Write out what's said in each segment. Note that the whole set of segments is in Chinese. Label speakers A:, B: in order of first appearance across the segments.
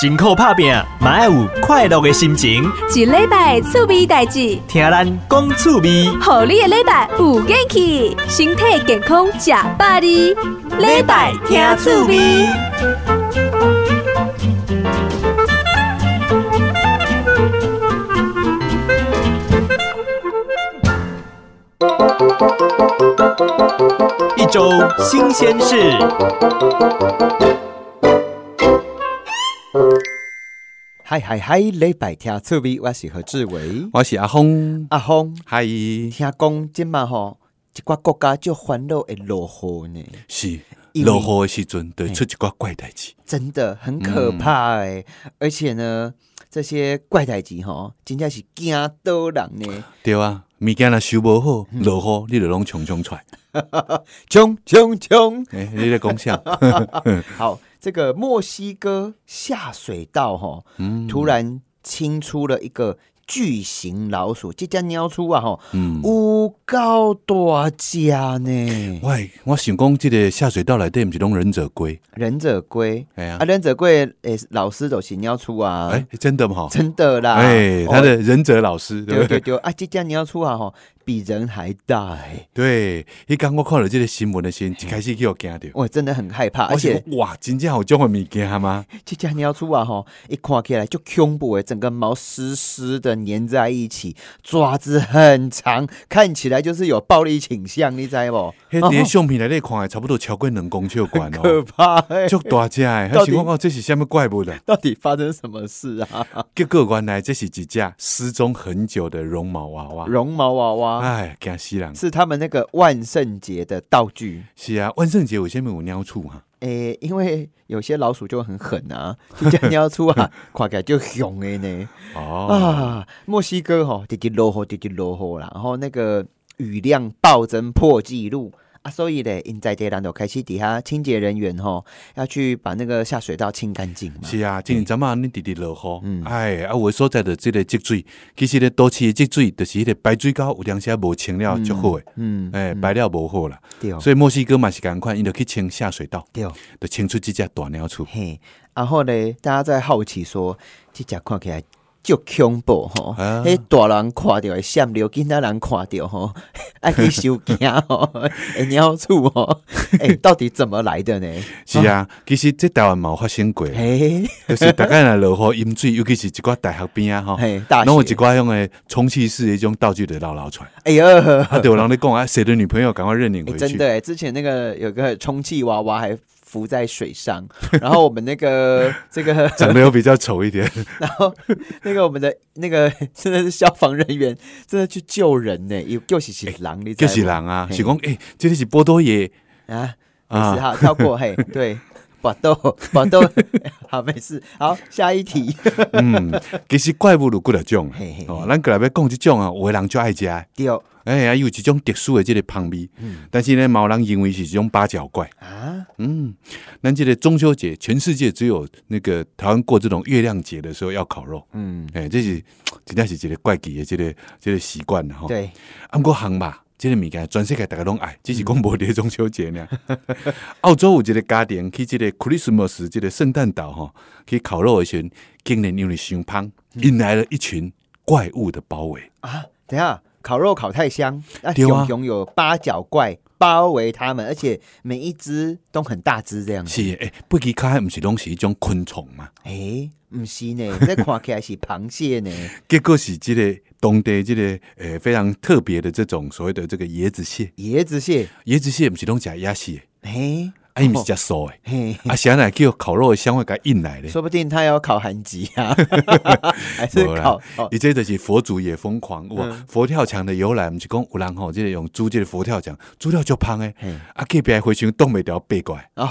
A: 辛苦打拼，嘛要有快乐的心情。
B: 一礼拜趣味代志，
A: 听咱讲趣味，
B: 互你的礼拜有元气，身体健康吃百里。礼拜听趣味，
A: 一周新鲜事。
C: 嗨嗨嗨！礼拜听趣味，我是何志伟。
D: 我是阿峰，
C: 阿峰，
D: 嗨，
C: 听讲即嘛吼，一寡国家就烦恼会落雨呢，
D: 是
C: 因为
D: 落雨的时阵，对出一寡怪代志，
C: 真的很可怕诶、
D: 嗯
C: 而且呢，这些怪代志吼，真正是惊倒人 呢。
D: 对啊，物件若收无好，落雨你就拢冲冲出来。
C: 冲冲冲！
D: 诶、 你咧讲啥？
C: 好，这个墨西哥下水道吼，
D: 嗯
C: 突然清出了一个巨型老鼠，这只鸟鼠啊吼，
D: 嗯，
C: 有够大只呢，
D: 喂，我想讲，即个下水道内底毋是拢忍者龟？
C: 忍者龟。
D: 哎呀
C: 啊，，忍者龟诶，老师都是尿出啊，
D: 哎、真的吼，
C: 真的啦，
D: 哎、
C: 哦
D: 他的忍者老师，对
C: 丢
D: 不
C: 丢
D: 对？
C: 丢啊，这家尿出啊吼，比人还大哎，
D: 对，迄刚我看了这个新闻的时候，一开始去我惊着，
C: 我真的很害怕，而
D: 我想
C: 且
D: 讲哇，真正有种的物件 吗？
C: 这家尿出啊吼，一看起来就恐怖哎，整个毛湿湿的粘在一起，爪子很长，看起来就是有暴力倾向，你知不？
D: 迄伫相片内底看的，差不多超过两公尺 宽
C: 可
D: 哦，
C: 怕哎，
D: 足大只的，还
C: 到底
D: 想讲哦，这是什么怪物啦？
C: 到底发生什么事 啊？
D: 结果原来这是一只失踪很久的绒毛娃娃，
C: 绒毛娃娃
D: 哎，惊死人！
C: 是他们那个万圣节的道具。
D: 是啊，万圣节为什么有鸟啊鼠哈？
C: 诶、因为有些老鼠就很狠啊，这家尿出 啊，看起来就凶的呢。
D: 哦，
C: 啊，墨西哥吼、直接落雨，直接落雨啦，然后那个雨量暴增破纪录啊，所以咧，因在地人就开始底下清洁人员吼、要去把那个下水道清干净嘛。
D: 是啊，今阵啊，恁直直落
C: 嗯
D: 雨，哎，啊，我所在的这个积水，其实咧都市的积水，就是迄个排水沟有当时啊无清了，足好诶，
C: 嗯，
D: 哎，排了无好啦，
C: 对哦
D: 所以墨西哥嘛是共款，伊就去清下水道，
C: 对，哦
D: 就清出这只大鸟鼠。
C: 嘿，然后咧，大家在好奇说，这只看起来。就恐怖吼，
D: 啊
C: 迄、大人看着会闪流，囡仔人看着吼， 爱去收惊吼， 会尿厝 吼，诶、到底怎么来的呢？
D: 是啊，其实这台湾嘛有发生过啦，
C: 嘿、
D: 就是大概若落雨饮水，尤其是一寡大学边啊吼，
C: 嘿，大
D: 拢有一
C: 学
D: 寡凶诶充气式的迄种道具的绕 绕船。
C: 哎呦，
D: 啊，对，我让你讲啊，谁的女朋友赶快认领
C: 哎、
D: 回去。
C: 真的哎，之前那个有个充气娃娃还浮在水上， 然后我们那 个这个，
D: 长得又比较丑 一点，
C: 然后那个我们的那个真的是消防人员，真的去救人呢，有救起起狼，你知
D: 就
C: 道
D: 是
C: 吗
D: 人啊，
C: 嘿
D: 是讲诶、这里是波多野
C: 啊，没事
D: 啊，
C: 哈，跳过 嘿，对。搏斗，搏斗， 好，没事，好，下一 题。
D: 嗯，其实怪物有几多种啊
C: 嘿嘿嘿
D: 哦，咱过来要讲即种啊，有的人就爱食，哎
C: 对
D: 呀，伊有一种特殊的即个香味，但是呢，嘛有人认为是一种八角怪，
C: 嗯啊，
D: 嗯，咱即个中秋节，全世界只有那个台湾过这种月亮节的时候要烤肉，
C: 嗯，
D: 哎、这是真正是一个怪奇的即、个即、这个习惯啦吼。
C: 对，
D: 啊，毋过行吧，即、个物件全世界大家拢爱，只
C: 嗯
D: 是讲无伫中秋节尔。 澳洲有一个家庭去即个 Christmas 即个圣诞岛吼，去烤肉的时阵，竟然因为伤芳，
C: 嗯
D: 引来了一群怪物的包围。
C: 啊，等一下，烤肉烤太香，那
D: 对啊
C: 熊熊有八角怪包围他们，而且每一只都很大只，这样子
D: 是诶、欸，不其卡毋是拢是一种昆虫嘛？
C: 诶，毋是呢， 这看起来是螃蟹呢。
D: 结果是即、个。当地这个诶、呃非常特别的这种所谓的这个椰子蟹，
C: 椰子蟹，
D: 椰子蟹不是拢食椰蟹的，
C: 嘿，
D: 啊伊毋
C: 哦
D: 是食素诶，
C: 嘿，
D: 啊谁来叫烤肉的香味给它引来咧？
C: 说不定他要考韩籍啊， 还是
D: 无啦
C: 考哦，嗯
D: 伊这就是佛祖也疯狂，哇！佛跳墙的由来，毋是讲有人吼，即个用煮即个佛跳墙，煮了就芳诶
C: 嘿，
D: 啊，隔壁回想冻袂掉八 怪
C: 哦，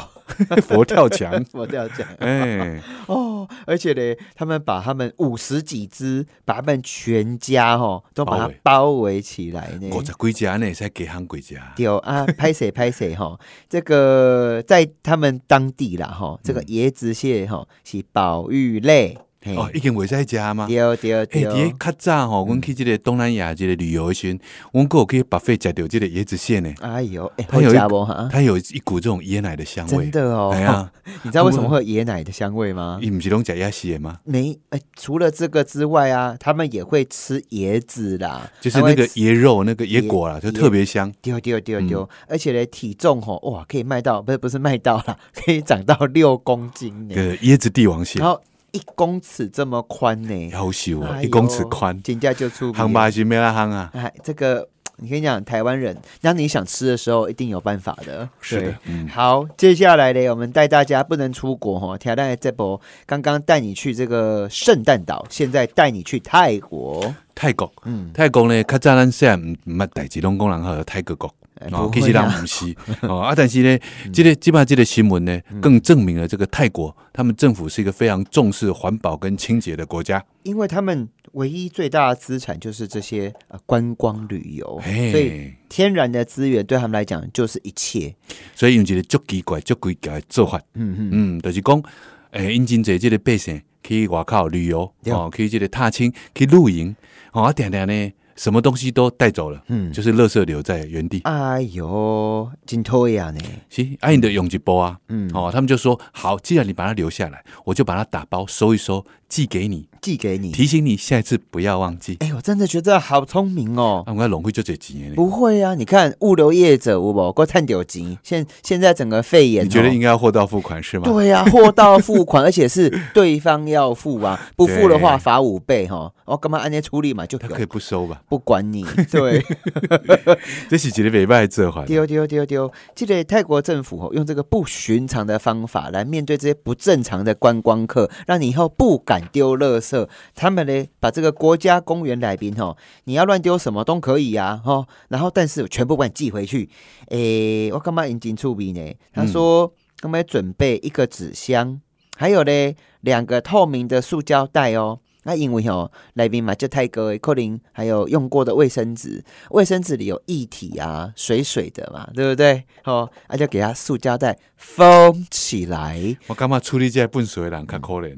D: 佛跳墙，
C: 我这样讲
D: 哎，
C: 哦，而且呢，他们把他们五十几只，把他们全家哦，都把
D: 包
C: 它
D: 围
C: 包围起来呢。
D: 五十几只安尼会使加行几只，
C: 丢啊， 拍谁拍谁哈，这
D: 嗯
C: 个在他们当地啦哈，这个椰子蟹哈是保育类，嘿
D: 哦，已经袂使食嘛。
C: 对对啊
D: 诶，哎伫咧
C: 对，
D: 较早吼，阮去即个东南亚即个旅游的时阵，阮还有去巴菲食着即个椰子馅呢，
C: 哎呦，哎，
D: 它
C: 好
D: 有
C: 家不哈？
D: 它有一股这种椰奶的香味。
C: 真的哦啊
D: 哎呀，
C: 你知道为什么会有椰奶的香味吗？
D: 伊毋是拢食椰丝的吗？
C: 没，呃，除了这个之外啊，他们也会吃椰子啦，
D: 就是那
C: 他
D: 个
C: 们会吃
D: 椰肉、那个椰果啦，就特别香。
C: 丢丢丢
D: 嗯
C: 丢，而且呢，体重吼、哇，可以卖到不是不是卖到啦， 可以长到六公斤呢，
D: 个椰子帝王蟹
C: 然，后一公尺这么宽呢，
D: 要秀啊，
C: 哎
D: 一
C: 呦
D: 公尺宽，
C: 金价就出名
D: 行吧是咩啦行啊？
C: 哎，这个你跟你讲，台湾人，当你想吃的时候，一定有办法的。
D: 是的
C: 对
D: 嗯
C: 好，接下来呢，我们带大家不能出国哈，挑战这波，刚刚带你去这个圣诞岛，现在带你去泰国。
D: 泰国，
C: 嗯，
D: 泰国咧，较早咱虽然毋毋捌代志，拢讲人好泰国国。
C: 哎
D: 哦
C: 不，
D: 其
C: 会
D: 实人
C: 啊嗯
D: 毋是 哦啊，但是呢，这个即摆这个新闻呢，更证明了这个泰国他们政府是一个非常重视环保跟清洁的国家。
C: 因为他们唯一最大的资产就是这些呃观光旅游，
D: 嘿
C: 所以天然的资源对他们来讲就是一切。
D: 所以用一个足奇怪、足规矩的做法，嗯嗯嗯，就是讲，诶、因真侪即个百姓去外口旅游，
C: 对
D: 哦，去即个踏青、去露营，哦，啊，定定呢，什么东西都带走了，嗯，就是垃圾留在原地。
C: 哎呦，真讨厌呢！
D: 是，啊，你的用一波啊，嗯，哦，他们就说，好，既然你把它留下来，我就把它打包收一收，寄给你，
C: 寄给你。
D: 提醒你下一次不要忘记。
C: 哎，我真的觉得好聪明哦。
D: 啊，我看龙会就这几年呢，
C: 不会啊，你看物流业者有无够探丢钱，现现在整个肺炎、哦，
D: 你觉得应该要货到付款是吗？
C: 对呀、货到付款， 而且是对方要付啊，不付的话罚五倍哈、哦。哦，干嘛按那处理嘛就
D: 他
C: 有
D: 可以不收吧？
C: 不管你， 对，
D: 这是一个礼拜做法。
C: 丢丢丢丢，记得泰国政府哦，用这个不寻常的方法来面对这些不正常的观光客，让你以后不敢丢垃圾。他们呢，把这个国家公园来宾哦，你要乱丢什么都可以啊，哦，然后但是全部把你寄回去。诶，我干嘛引进触笔呢？他说，干嘛准备一个纸箱，还有呢两个透明的塑胶袋哦。那因为哦，来宾嘛就泰哥的可能还有用过的卫生纸，卫生纸里有液体啊、水水的嘛，对不对？哦，那、就给它塑胶袋封起来，
D: 我感觉处理这些笨水的人较可怜。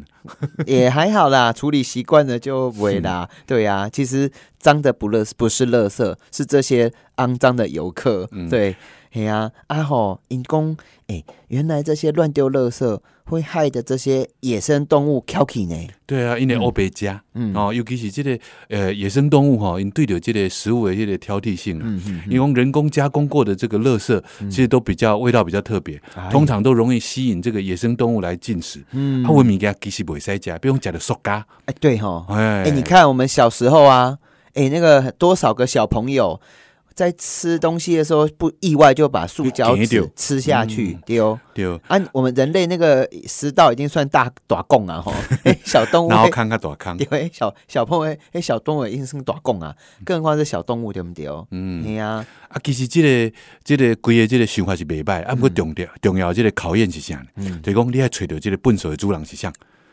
C: 也还好啦，处理习惯了就不会啦。对啊，其实脏的不乐不是垃圾，是这些肮脏的游客。对，嘿呀、啊，啊吼，因公哎，原来这些乱丢垃圾会害的这些野生动物 k 起呢。
D: 对啊，因为欧白家，
C: 嗯
D: 哦，尤其是这个呃野生动物哈，因对着这个食物的这个挑剔性啊，
C: 嗯嗯
D: 因为人工加工过的这个垃圾，其实都比较味道比较特别，通常都容易吸引这个野生动物来进食。
C: 哎嗯
D: 啊，我物件其实袂使食，比如讲食着塑胶，
C: 哎，对吼，
D: 哎
C: 哎、你看我们小时候啊，哎、那个多少个小朋友在吃东西的时候，不意外就把塑胶
D: 给丢嗯
C: 纸吃下去丢、
D: 对，
C: 啊！我们人类那个食道已经算大大贡啊， 吼、哎小动物
D: 然后
C: 会
D: 看看大康
C: 丢，，哎小小朋友会，哎、小动物已经算大贡啊，更何况是小动物对不对？
D: 嗯
C: 哎。呀、
D: 啊，其实即、个即、个规个即个想法是袂歹，啊，不过重点
C: 嗯
D: 重要即个考验是啥呢？就是讲你爱找着即个粪扫的主人是啥？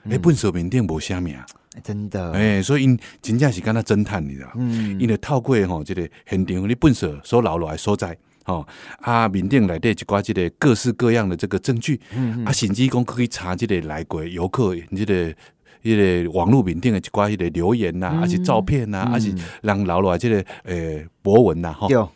C: 嗯
D: 诶、粪扫面顶无啥名，
C: 真的，
D: 诶、哎所以因真正是敢若侦探，你知道？
C: 嗯，
D: 因为透过吼即个现场你粪扫所留落来的所在。吼、啊，面顶内底一寡即个各式各样的这个证据，
C: 嗯
D: 啊，甚至讲去查即个来过的游客即、个迄、个网络面顶的一寡迄个留言
C: 嗯
D: 呐、啊，还、是照片呐、啊，还、是人留落来即、个诶、博文呐、吼、
C: 丢、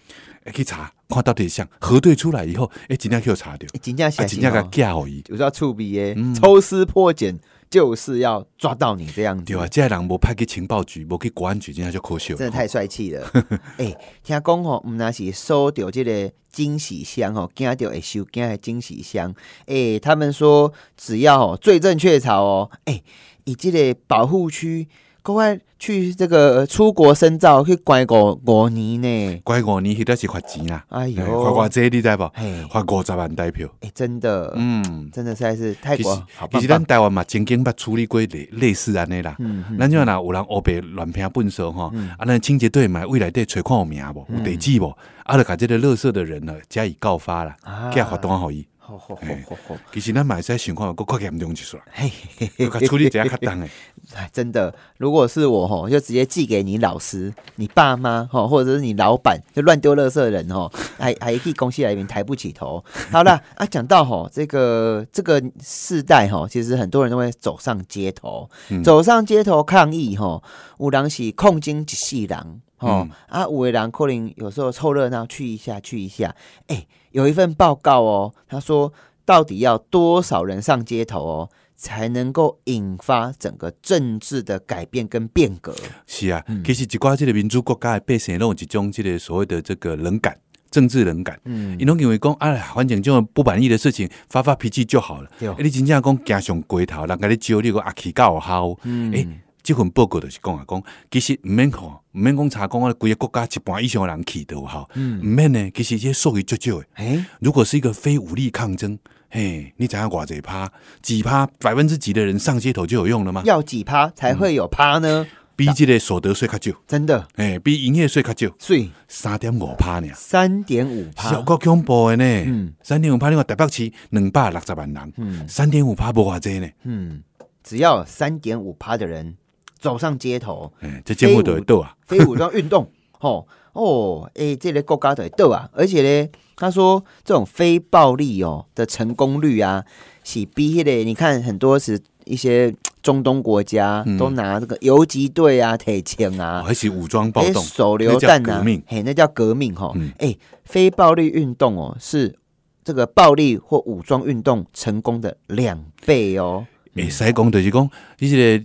D: 欸、去查，看到底是像核对出来以后，哎、真正去有查到，
C: 哎真正
D: 啊，
C: 是哦
D: 真正甲寄互伊，
C: 有时候触鼻耶
D: 嗯，
C: 抽丝破茧就是要抓到你这样子。
D: 对啊，这个人无派去情报局，无去国安局，真正就可惜了。哦
C: 真的太帅气了！ 哎、听讲吼，毋那是收到这个惊喜箱吼，惊到会收惊的惊喜箱。哎、他们说只要吼罪证确凿哦，哎、以这个保护区，国外去这个出国深造去关五五年呢。欸
D: 乖五年迄搭是罚钱啦，
C: 哎呦
D: 欸罚偌济你知无？
C: 嘿，
D: 罚五十万台票。
C: 哎、真的，
D: 嗯，
C: 真的实在是泰
D: 其实
C: 国好
D: 其
C: 棒
D: 实
C: 棒
D: 咱。台湾嘛，曾经捌处理过类类似安尼啦。
C: 嗯嗯
D: 咱即若有人黑白乱拼粪扫吼，啊，咱清洁队嘛，未来底找看有名无，
C: 嗯
D: 有地址无，啊，就甲即个垃圾的人呢加以告发啦，
C: 啊
D: 寄罚单互伊。
C: 好好好
D: 嘿
C: 好好，
D: 其实咱嘛会使想看，佫较严重一撮，
C: 嘿，
D: 佮处理一下较重诶。
C: 哎，真的，如果是我吼，就直接寄给你老师、你爸妈吼，或者是你老板，就乱丢垃圾的人吼，还还替公司来宾抬不起头。好啦，啊，讲到吼这个这个世代吼，其实很多人都会走上街头，走上街头抗议吼，有人是控金一世人。哦、啊，有的人可能有时候凑热闹去一下去一下，哎、有一份报告哦，他说到底要多少人上街头哦，才能够引发整个政治的改变跟变革？
D: 是啊，
C: 嗯
D: 其实一寡即个民主国家的百姓，拢有一种即个所谓的这个冷感。政治冷感，
C: 嗯
D: 因拢认为讲，哎呀，反正这种不满意的事情发发脾气就好了。
C: 对
D: 欸你真正讲行上街头，人家咧招你个阿气有好。
C: 嗯
D: 诶、这份报告就是讲啊，讲其实毋免看，毋免讲查讲啊，规个国家一半以上的人去都有效，
C: 嗯
D: 毋免呢，其实这数据足少诶。
C: 哎、
D: 如果是一个非武力抗争，嘿，你知影偌济趴？几趴？百分之几的人上街头就有用了吗？
C: 要几趴才会有趴呢？
D: 比这个所得税较少，
C: 真的，
D: 嘿，比营业税较少，
C: 所以
D: 三点五趴呢，
C: 三点五
D: 小
C: 趴，
D: 够恐怖的呢
C: 嗯。
D: 三点五趴，你看台北市两百六十万人，三点五趴无偌济呢，
C: 嗯，只要三点五趴的人走上街头，
D: 嘿，这政府就会倒啊。
C: 非武装运动， 吼哦，诶、这类国家队斗啊，而且呢，他说这种非暴力哦的成功率啊，是比迄、那个你看很多是一些中东国家、
D: 嗯
C: 都拿这个游击队啊、铁枪
D: 哦
C: 啊。
D: 还是武装暴动
C: 诶，手榴弹
D: 那叫
C: 啊
D: 革命，
C: 嘿，那叫革命哈、
D: 嗯
C: 诶，非暴力运动哦，是这个暴力或武装运动成功的两倍哦。
D: 会使讲就是讲，你这个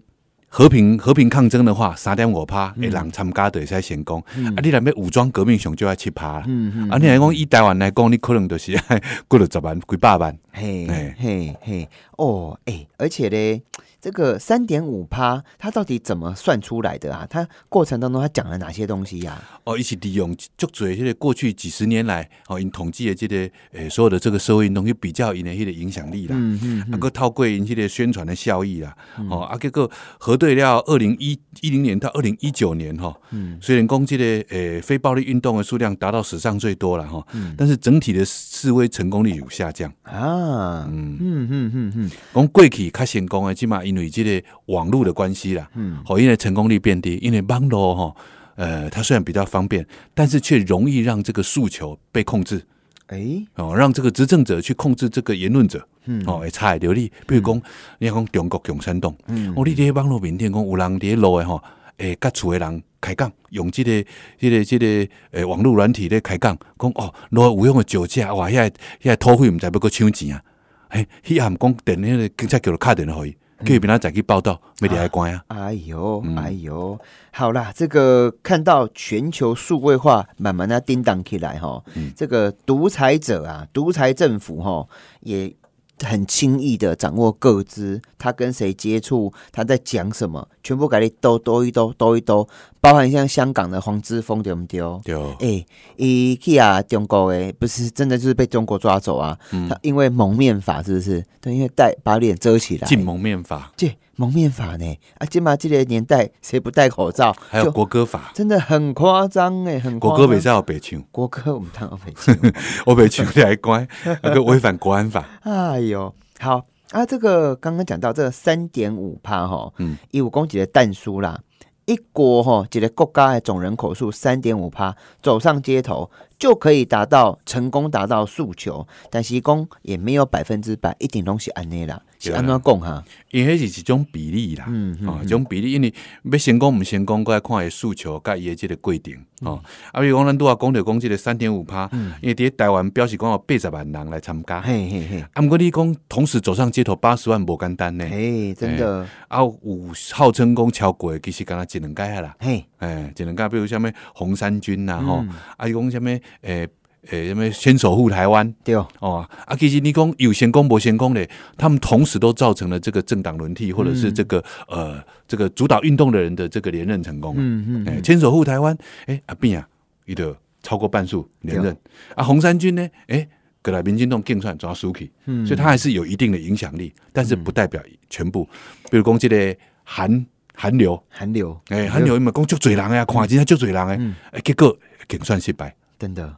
D: 和平和平抗争的话，三点五趴
C: 嗯
D: 的人参加就会使成功。啊，你若要武装革命上就要七趴啦。
C: 嗯嗯
D: 啊，你来讲以台湾来讲，你可能就是哎几落十万、几百万。
C: 嘿
D: 哎
C: 嘿嘿，哦，哎、而且嘞，这个三点五趴，它到底怎么算出来的啊？它过程当中它讲了哪些东西呀、
D: 哦，伊是利用足侪迄个过去几十年来，哦，因统计的这个诶、所有的这个社会运动去比较因的迄个影响力啦，
C: 嗯嗯
D: 啊，佮透过因迄个宣传的效益啦，哦，啊，结果核对了二零一一零年到二零一九年吼，
C: 嗯
D: 虽然讲这个诶、非暴力运动的数量达到史上最多了吼，
C: 嗯
D: 但是整体的示威成功率有下降。
C: 啊，嗯嗯嗯嗯
D: 讲过去较成功的，即嘛因为即个网络的关系啦，嗯，好，因为成功率变低，因为网络吼，呃，它虽然比较方便，但是却容易让这个诉求被控制。
C: 哎、
D: 哦，让这个执政者去控制这个言论者，嗯，哦，会差流利。比如讲，你讲中国共产党，嗯，哦，你伫网络面顶讲有人伫路诶吼，诶，甲厝诶人开讲，用即、个、即、个、即、个诶网络软体咧开讲，讲哦，路的有用诶酒驾，哇，遐遐土匪毋知要搁抢钱啊，嘿，迄暗讲电迄个警察叫他敲电话互伊，叫伊明仔载去报道，要伫遐关啊。
C: 哎呦
D: 嗯
C: 哎呦，好啦，这个看到全球数位化慢慢的叮当起来哈，
D: 嗯
C: 这个独裁者啊，独裁政府哈也。很轻易的掌握各资，他跟谁接触，他在讲什么，全部给你兜兜一兜兜一兜，包含像香港的黄之锋丢不丢？
D: 对，
C: 哎、伊去啊，中国诶，不是真的就是被中国抓走啊，
D: 嗯
C: 他因为蒙面法是不是？对，因为戴把脸遮起来，
D: 禁蒙面法，
C: 这蒙面法呢？啊，今嘛这个年代谁不戴口罩？
D: 还有
C: 就
D: 国歌法，
C: 真的很夸张哎，很
D: 国
C: 夸
D: 歌
C: 张
D: 袂使有白唱，
C: 国歌我们当然没听。
D: 我白唱你来关，那个啊违反国安法。
C: 哎呦，好啊，这个刚刚讲到这三点五帕哈，
D: 嗯
C: 嗯，以五公几的蛋书啦，一国哈几个国家的总人口数三点五帕，走上街头就可以达到成功达到诉求，但是讲也没有百分之百，一定拢是安尼啦，
D: 啊
C: 是安怎讲哈？
D: 因迄是一种比例啦，
C: 嗯嗯
D: 哦，一种比例，因为要成功毋成功，搁要看伊诉求甲伊诶即个规定
C: 嗯
D: 哦。啊，比如讲咱拄啊讲着讲即个三点五趴，因为伫咧台湾表示讲有八十万人来参加，
C: 嘿嘿嘿，
D: 啊，毋过你讲同时走上街头八十万无简单呢，
C: 嘿，真的，
D: 啊，有号称讲超过的，其实敢若一两届啊啦，
C: 嘿，嗯
D: 诶，一两届，比如啥物红衫军啦吼，啊，伊讲啥物诶诶，啥物先守护台湾。
C: 对。
D: 哦啊，其实你讲有先攻、没先攻的，他们同时都造成了这个政党轮替，或者是这个、呃这个主导运动的人的这个连任成功。嗯嗯，哎、牵手护台湾，哎、阿扁啊，伊就超过半数连任。啊，红衫军呢，哎、格来民进党竞选抓输去，所以他还是有一定的影响力，但是不代表全部。比如讲这个韩韩流，
C: 韩流，
D: 啊嗯哎、韩流伊嘛讲足侪人呀，看真正足侪人诶，哎、结果竞选失败。
C: 真的。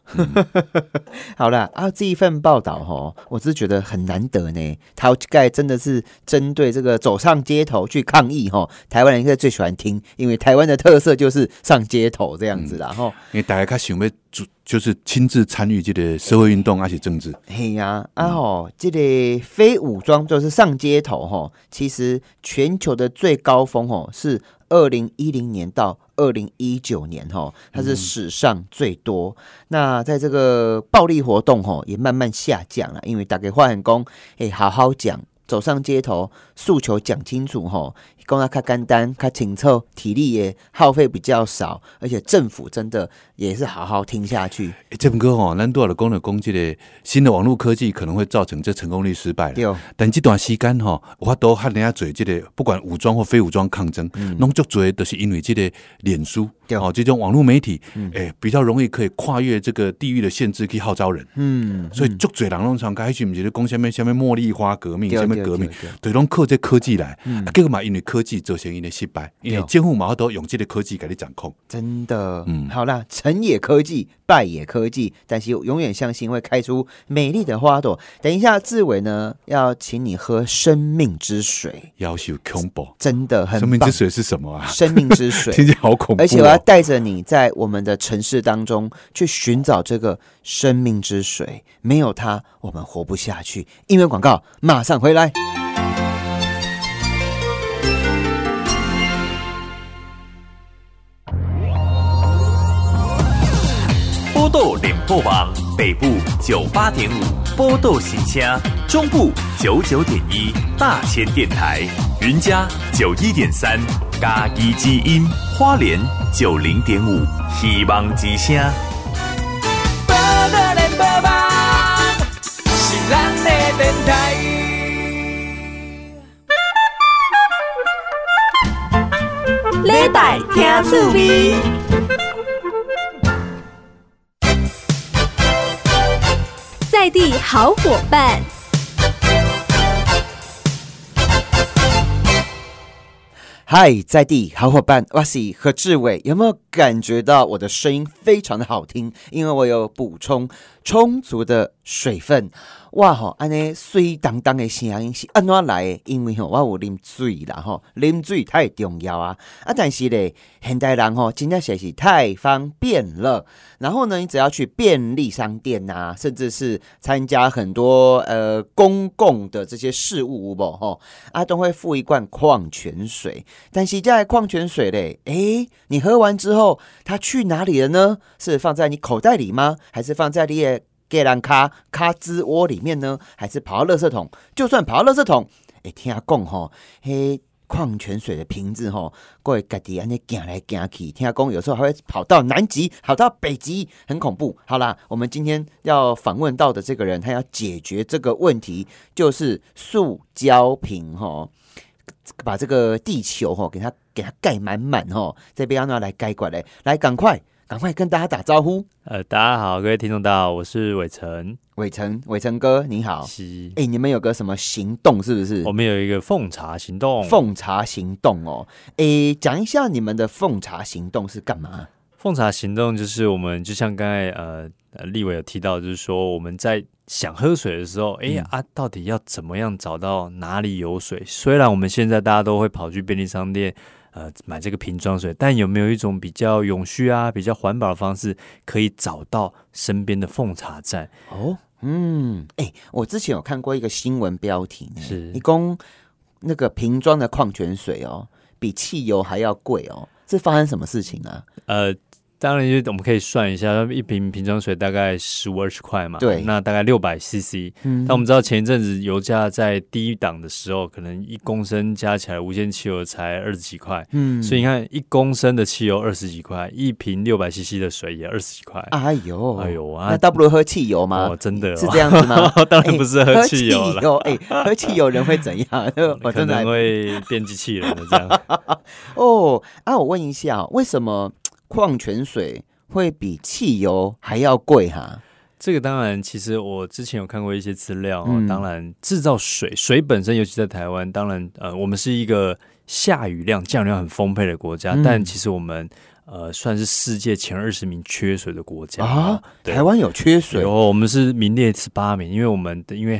C: 好啦，啊，这一份报道哈，我是觉得很难得呢。陶盖真的是针对这个走上街头去抗议哈，台湾人应该最喜欢听，因为台湾的特色就是上街头这样子啦。吼、
D: 因为大家较想要主就是亲自参与这个社会运动还是政治，
C: 嘿呀、啊，吼、这个非武装就是上街头吼，其实全球的最高峰吼是二零一零年到二零一九年吼，它是史上最多。那在这个暴力活动吼也慢慢下降了，因为大家发现讲，诶，好好讲。走上街头，诉求讲清楚吼，讲啊较简单、较清楚，体力也耗费比较少，而且政府真的也是好好听下去。
D: 欸、这哥吼，咱多少讲了讲这个新的网络科技可能会造成这成功率失败啦
C: 对，
D: 但这段时间吼，我都和人家做这个不管武装或非武装抗争，弄足多都是因为这个脸书
C: 嗯对嗯
D: 哦，这种网络媒体，诶、比较容易可以跨越这个地域的限制去号召人，
C: 嗯，
D: 所以足多人拢常开始，毋是咧讲什么什么茉莉花革命，
C: 对
D: 什么
C: 对
D: 革命
C: 对对，
D: 对，拢靠这科技来，啊，结果嘛，因为科技造成因的失败，因为
C: 对
D: 政府嘛，都用这个科技给你掌控。
C: 真的，
D: 嗯
C: 嗯，好啦，成也科技，败也科技，但是我永远相信会开出美丽的花朵。等一下，志伟呢要请你喝生命之水，
D: 要求恐怖，
C: 真的很
D: 生命之
C: 棒
D: 水是什么啊？
C: 生命之水。
D: 听
C: 哎
D: 起来好恐怖、哦。
C: 而且我要带着你在我们的城市当中去寻找这个生命之水，没有它我们活不下去。音乐广告马上回来。
A: 波豆联播网北部九八点五波豆新乡，中部九九点一大千电台，云嘉九一点三嘎一基因，花莲九零点五希望之声。
E: 报道联播网是咱的电台。
B: 礼拜听趣味。在地好伙伴，
C: 嗨，在地好伙伴，我是何志伟。有没有感觉到我的声音非常的好听？因为我有补充充足的水分。哇吼，安尼水当当的声音是安怎来的？因为吼，我有啉水啦吼，啉水太重要啊。啊，但是咧，现代人吼，真正实是太方便了。然后呢，你只要去便利商店呐、甚至是参加很多呃公共的这些事务不吼，啊，都会附一罐矿泉水。但是这矿泉水嘞，诶，你喝完之后，它去哪里了呢？是放在你口袋里吗？还是放在你的盖兰卡卡兹窝里面呢？还是跑到垃圾桶？就算跑到垃圾桶，诶，听讲吼，嘿。矿泉水的瓶子吼，各位家己安尼行来行去，听讲有时候还会跑到南极，跑到北极，很恐怖。好啦，我们今天要访问到的这个人，他要解决这个问题，就是塑胶瓶吼。把这个地球哈、给它给它盖满满哈，这边要拿来盖过来，来赶快赶快跟大家打招呼，
F: 呃，大家好，各位听众，大家好，我是伟成。
C: 伟成伟成哥你好，
F: 西，
C: 哎、你们有个什么行动是不是
F: 我？们有一个奉茶行动。
C: 奉茶行动哦，哎、讲一下你们的奉茶行动是干嘛？
F: 奉茶行动就是我们就像刚才呃呃立伟有提到，就是说我们在想喝水的时候，
C: 嗯
F: 哎、啊，到底要怎么样找到哪里有水？虽然我们现在大家都会跑去便利商店。呃，买这个瓶装水，但有没有一种比较永续啊、比较环保的方式，可以找到身边的奉茶站？
C: 哦，嗯，哎、我之前有看过一个新闻标题呢，
F: 是
C: 一共那个瓶装的矿泉水哦，比汽油还要贵哦，这发生什么事情啊？
F: 呃，当然，就是我们可以算一下，一瓶瓶装水大概十五二十块嘛，
C: 对
F: 那大概六百 CC。
C: 嗯
F: 但我们知道前一阵子油价在低档的时候，可能一公升加起来无限汽油才二十几块，
C: 嗯
F: 所以你看一公升的汽油二十几块，一瓶六百 CC 的水也二十几块。
C: 哎呦，
F: 哎呦啊
C: 那倒不如喝汽油嘛，
F: 哦，真的、哦、
C: 是这样子吗？
F: 当然不是
C: 喝
F: 喝汽油了，
C: 油，哎、喝汽油人会怎 样？我
F: 可
C: 哦真的还
F: 能会变机器人的 这样。
C: 哦啊，我问一下，为什么矿泉水会比汽油还要贵哈、
F: 这个当然，其实我之前有看过一些资料、哦，
C: 嗯
F: 当然制造水，水本身，尤其在台湾，当然呃，我们是一个下雨量、降雨量很丰沛的国家，
C: 嗯
F: 但其实我们呃算是世界前二十名缺水的国家
C: 啊，
F: 对
C: 台湾有缺水
F: 有，我们是名列十八名，因为我们的因为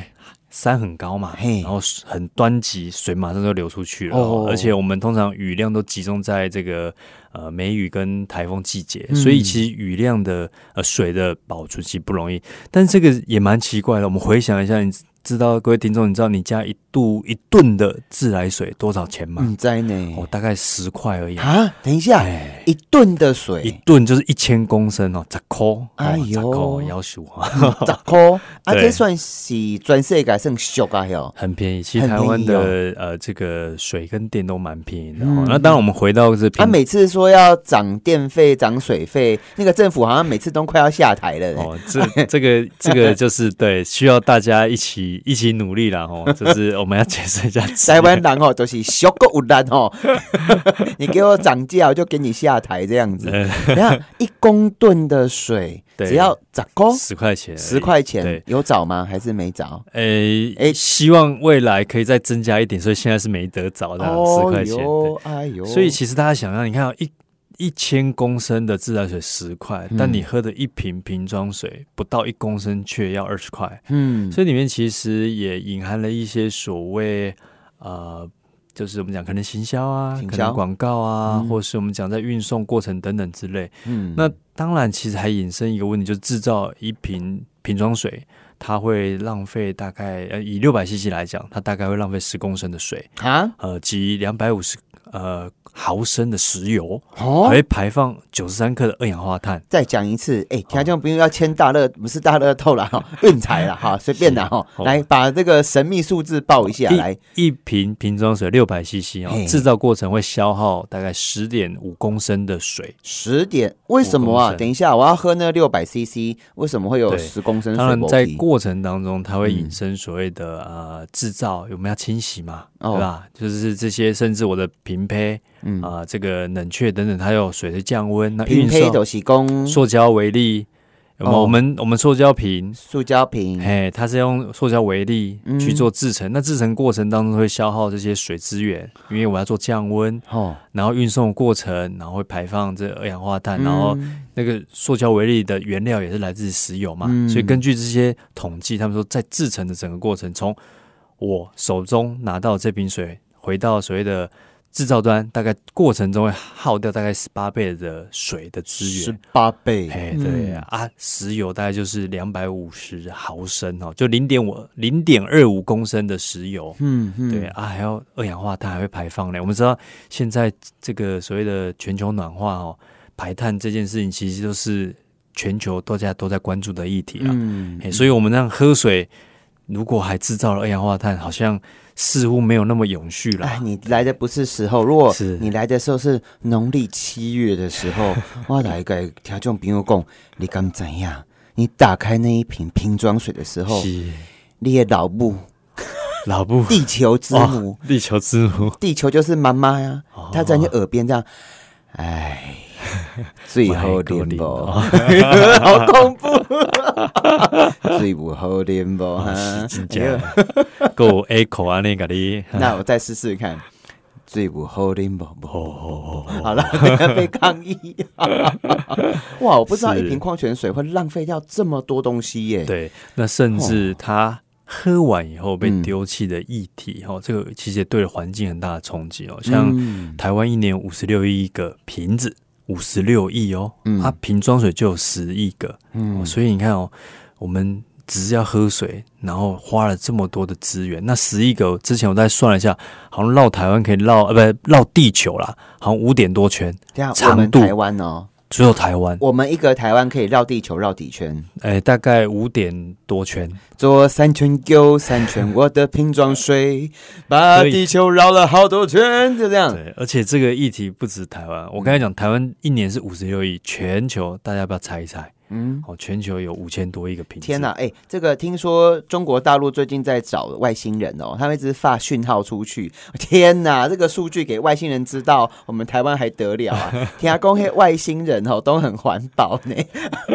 F: 山很高嘛，
C: 嘿
F: 然后很湍急，水马上就流出去了，
C: 哦
F: 而且我们通常雨量都集中在这个呃梅雨跟台风季节，
C: 嗯
F: 所以其实雨量的呃水的保存其实不容易，但这个也蛮奇怪的。我们回想一下，你知道各位听众，你知道你家一度一吨的自来水多少钱吗？
C: 嗯，在呢
F: 哦，大概十块而已啊。
C: 啊，等一下，
F: 哎
C: 一吨的
F: 一
C: 水
F: 吨就是一千公升哦，十块，哦
C: 哎呦嗯
F: 十块要求 啊，
C: 十块，啊，
F: 对
C: 这算是全世界算俗啊哟。
F: 很便宜，其实
C: 很
F: 台湾的、
C: 便哦嗯
F: 呃这个水跟电都蛮便宜的、哦。那当然，我们回到这
C: 他、啊
F: 平、
C: 每次说要涨电费、涨水费，那个政府好像每次都快要下台了、
F: 哦，这这个这 个就是对，需要大家一起一起努力啦 哦，就是我们要节省一下资
C: 台
F: 源
C: 湾人哦，都是小狗无烂 哦，你给我涨价，我就给你下台这样 子。你看一公吨的水
F: 对
C: 只要十块，
F: 十块钱而已，
C: 哦十块钱
F: 对。
C: 有找吗？还是没找？
F: 诶
C: 诶
F: 希望未来可以再增加一点，所以现在是没得找的
C: 哦
F: 十块钱。对
C: 哟，哎呦，
F: 所以其实大家想象，你看、哦、一一千公升的自来水十块，但
C: 嗯
F: 你喝的一瓶瓶装水不到一公升却要二十块，
C: 嗯，
F: 所以里面其实也隐含了一些所谓呃。就是我们讲可能行销啊，
C: 行
F: 可
C: 销
F: 能广告啊，
C: 嗯
F: 或是我们讲在运送过程等等之类。
C: 嗯
F: 那当然，其实还引申一个问题，就是制造一瓶瓶装水，它会浪费大概呃以六百 CC 来讲，它大概会浪费十公升的水。
C: 啊
F: 呃及两百五十呃毫升的石油，还
C: 哦
F: 会。排放九十三克的二氧化碳。
C: 再讲一次，哎、听众朋友要签大乐，不是大乐透 啦，哈，运财啦，哈，随便啦，哈，
F: 啊好
C: 来把这个神秘数字报一下来。
F: 一一瓶瓶装水六百 CC
C: 嘿
F: 哦，制造过程会消耗大概十点五公升的水。
C: 十点？为什么
F: 公
C: 啊？
F: 升
C: 等一下，我要喝那六百 CC，为什么会有
F: 对
C: 十公升水
F: 当然，
C: 果
F: 在
C: 皮
F: 过程当中，它会
C: 嗯
F: 引申所谓的、呃制造，我们要清洗嘛，
C: 哦
F: 对吧？就是这些，甚至我的瓶胚
C: 嗯
F: 啊、这个冷却等等，它有水的降温，那
C: 瓶
F: 运
C: 胚
F: 送
C: 都是供
F: 塑胶为例，有没有？
C: 哦
F: 我们我们塑胶瓶
C: 塑胶瓶，
F: 嘿，它是用塑胶为例
C: 嗯
F: 去做制成，那制成过程当中会消耗这些水资源，因为我要做降温，
C: 哦，
F: 然后运送过程，然后会排放这二氧化碳，然后
C: 嗯
F: 那个塑胶为例的原料也是来自石油嘛，
C: 嗯
F: 所以根据这些统计，他们说在制成的整个过程，从我手中拿到这瓶水，回到所谓的制造端，大概过程中会耗掉大概十八倍的水的资源，
C: 十八倍，
F: 哎，对
C: 嗯
F: 啊，啊石油大概就是两百五十毫升哦，就零点五零点二五公升的石油。
C: 嗯嗯，
F: 对啊，还有二氧化碳还会排放嘞。我们知道现在这个所谓的全球暖化哦，排碳这件事情其实都是全球大家都在关注的议题啦。
C: 嗯，
F: 哎，所以我们让喝水如果还制造了二氧化碳，好像似乎没有那么永续
C: 哎
F: 啦，。
C: 你来的不是时候。如果
F: 是
C: 你来的时候是农历七月的时 候，我来个听众朋友讲，你敢怎样？你打开那一瓶瓶装水的时候，
F: 是
C: 你的老母，
F: 老布
C: 地球之母，
F: 哦，地球之母，哦
C: 地球就是妈妈呀，她在你耳边这样，哎， 最后
F: 麦克
C: 点
F: 林
C: 播，
F: 哦
C: 好恐怖， 最不好点播哈。
F: 哦
C: 哎
F: 真假的？ 够 echo 啊，那个你。
C: 那我再试试看，最不好点播，不
F: 哦哦哦，
C: 好了，等下被抗议。哇，我不知道
F: 是
C: 一瓶矿泉水会浪费掉这么多东西耶。，
F: 对，那甚至他喝完以后被
C: 哦嗯
F: 丢弃的液体，哦，这个其实也对环境很大的冲击哦。像
C: 嗯
F: 台湾一年五十六亿个瓶子，五十六亿哦，
C: 嗯
F: 啊，瓶装水就有十亿个，
C: 嗯
F: 哦，所以你看哦，我们只是要喝水，然后花了这么多的资源，那十亿个之前我再算了一下，好像绕台湾可以绕呃不绕地球啦，好像五点多圈，
C: 等下我
F: 长
C: 们
F: 度
C: 台湾哦，
F: 只有台湾，
C: 我们一个台湾可以绕地球绕几圈，
F: 哎，大概五点多圈。
C: 左三圈右三圈，我的瓶装水把
F: 可以
C: 地球绕了好多圈，就这样。
F: 对，而且这个议题不止台湾，我刚才讲台湾一年是五十六亿，全球大家要不要猜一猜？
C: 嗯，
F: 哦，全球有五千多亿个瓶子。
C: 天哪、哎、这个听说中国大陆最近在找外星人哦，他们一直发讯号出去。 天哪、这个数据给外星人知道，我们台湾还得了 啊？听阿公黑外星人哦，都很环保呢。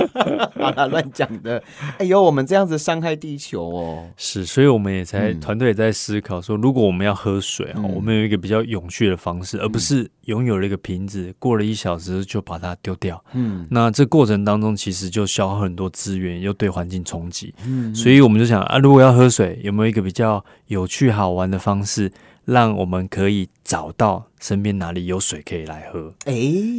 C: 好啦，乱讲的。哎呦，我们这样子伤害地球哦。
F: 是，所以我们也才
C: 嗯
F: 团队也在思考说，如果我们要喝水哈、
C: 嗯
F: 我们有一个比较永续的方式，而不是拥有了一个瓶子，过了一小时就把它丢掉。
C: 嗯
F: 那这过程当中，其实就消耗很多资源，又对环境冲击。
C: 嗯
F: 所以我们就想啊，如果要喝水，有没有一个比较有趣好玩的方式，让我们可以找到身边哪里有水可以来喝？
C: 哎、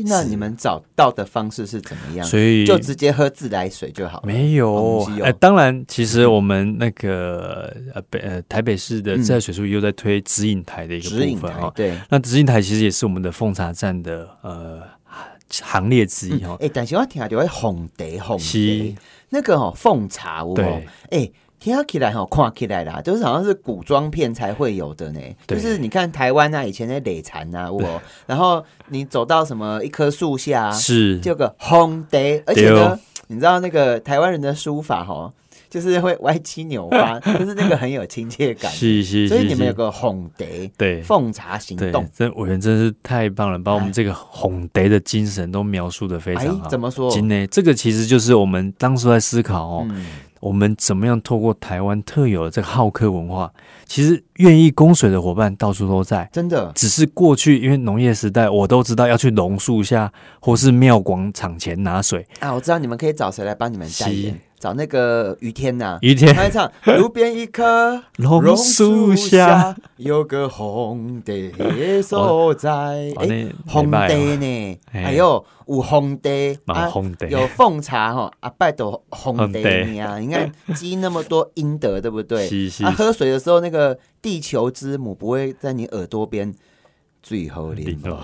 C: 那你们找到的方式是怎么样？
F: 所以
C: 就直接喝自来水就好了。
F: 没有
C: 好东，西
F: 哎、
C: 哦
F: 当然，其实我们那个呃北呃台北市的自来水处又在推直饮台的一
C: 嗯
F: 个
C: 指
F: 部
C: 引
F: 分
C: 台
F: 哦。
C: 对。
F: 那直饮台其实也是我们的奉茶站的呃行列之一哦。
C: 哎、但是我听到红茶，红
F: 是
C: 茶那个哦，奉茶哦，
F: 对
C: 哎、听起来吼、看起来啦，就是好像是古装片才会有的呢。
F: 对
C: 就是你看台湾啊，以前的擂禅啊，我，然后你走到什么一棵树下、啊，
F: 是
C: 就有个红茶，而且
F: 对
C: 呢
F: 哦，
C: 你知道那个台湾人的书法吼、就是会歪七扭八，就是那个很有亲切感。
F: 是是，
C: 所以
F: 是
C: 你们
F: 是
C: 有个红茶，
F: 对
C: 奉茶行
F: 对
C: 动，，
F: 这委员真是太棒了，把我们这个哄得的精神都描述的非
C: 哎
F: 常好。，
C: 怎么说？
F: 今天这个其实就是我们当初在思考哦，
C: 嗯，
F: 我们怎么样透过台湾特有的这个好客文化，其实愿意供水的伙伴到处都在。
C: 真的，
F: 只是过去因为农业时代，我都知道要去榕树下或是庙广场前拿水。
C: 啊，我知道你们可以找谁来帮你们代言
F: 是，
C: 找那个于天呐、
F: 于天
C: 他会唱路边一棵
F: 榕树下
C: 有个红的 所在，
F: 哦
C: 哎，
F: 那
C: 红
F: 不错哦
C: 的呢，
F: 嘿
C: 哎呦，有红的，
F: 嘛
C: 啊
F: 红茶
C: 有奉茶哈，阿拜都红
F: 红
C: 的
F: 茶
C: 你啊，你 看积那么多阴德，对不对？
F: 是是
C: 啊，
F: 是
C: 喝水的时候那个地球之母不会在你耳朵边。最后淋
F: 哦，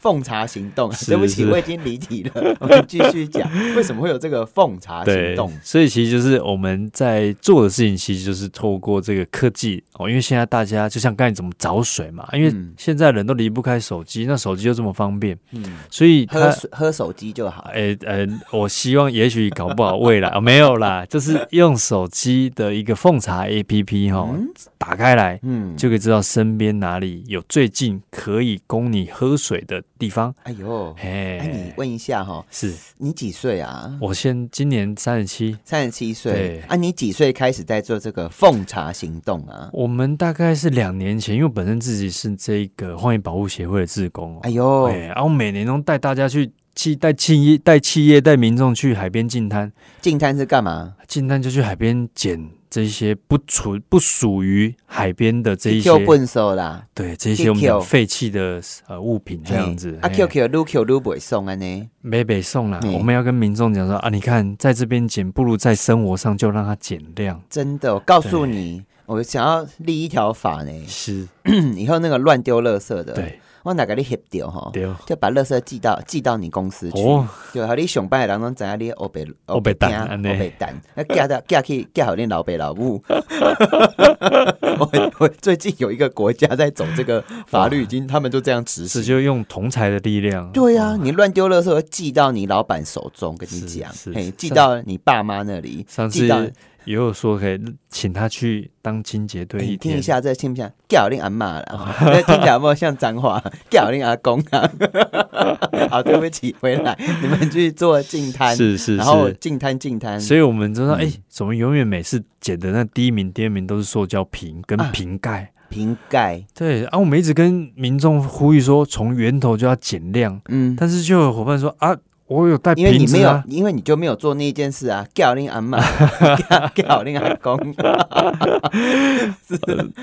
C: 奉茶行动，
F: 是
C: 对不起，
F: 是
C: 我已经离题了。 我们继续讲，为什么会有这个奉茶啊行
F: 对
C: 动？，
F: 所以其实就是我们在做的事情，其实就是透过这个科技哦，因为现在大家就像刚才怎么找水嘛，因为
C: 嗯
F: 现在人都离不开手机，那手机又这么方便，
C: 嗯，
F: 所以
C: 喝
F: 它
C: 水喝手机就好。
F: 诶呃，我希望也许搞不好未来、哦、没有啦， 就是用手机的一个奉茶 A P P 哈、
C: 嗯
F: 打开来
C: 嗯，
F: 就可以知道身边哪里有最近可以供你喝水的地方。
C: 哎呦，
F: 嘿，
C: 哎，你问一下哈，
F: 是
C: 你几岁啊？
F: 我先今年三十七，
C: 三十七
F: 对
C: 岁啊？你几岁开始在做这个奉茶行动啊？
F: 我们大概是两年前，因为我本身自己是这个荒野保护协会的志工哦，
C: 哎呦，
F: 哎，然后每年都带大家去企带企业带企业带民众去海边净滩，
C: 净滩是干嘛？
F: 近滩就去海边捡这些不属不属于海边的这一些
C: ，Q，笨手啦，
F: 对这
C: 去
F: 些我们讲
C: 捡
F: 废弃的呃物品这样子
C: 嘿。啊
F: 嘿
C: ，Q Q 撸 Q 撸不会送安呢？
F: 没北送啦，
C: 嗯
F: 我们要跟民众讲说啊，你看在这边捡，不如在生活上就让它减量。
C: 真的，我告诉
F: 对
C: 你，我想要立一条法呢，
F: 是，
C: 以后那个乱丢垃圾的，
F: 对，
C: 我哪个你 hit 掉哈？
F: 对
C: 就把垃圾寄到寄到你公司去，
F: 哦，
C: 就和你上班的人拢知影你欧北
F: 黑白蛋安尼
C: 欧北蛋，那寄到 寄去寄好你老北老 母。我我最近有一个国家在走这个法律，已经他们就这样执
F: 是
C: 行。
F: 就用同财的力量。
C: 对呀、啊，你乱丢垃圾会寄到你老板手中，跟你
F: 是
C: 讲
F: 是，
C: 嘿，
F: 是
C: 寄
F: 上
C: 到你爸妈那里，
F: 上次
C: 寄到
F: 也有说可以请他去当清洁队
C: 欸
F: 一哦
C: 你听
F: 天
C: 一，下这信不像叫令阿妈 啦，那听起来有没有像脏话？ 叫令阿公啊！ 好，对不起，回来你们去做净滩，
F: 是是
C: 然后
F: 是。
C: 净滩净滩，
F: 所以我们知道，哎、
C: 嗯
F: 怎么永远每次捡的那第一名、第二名都是塑胶瓶跟
C: 啊
F: 瓶盖？
C: 瓶盖，
F: 对啊，我们一直跟民众呼吁说，从源头就要减量，
C: 嗯，
F: 但是就有伙伴说啊，我有带
C: 因为
F: 瓶
C: 你没
F: 子
C: 有
F: 啊，，
C: 因为你就没有做那一件事啊，叫令阿 妈，叫令阿公， 是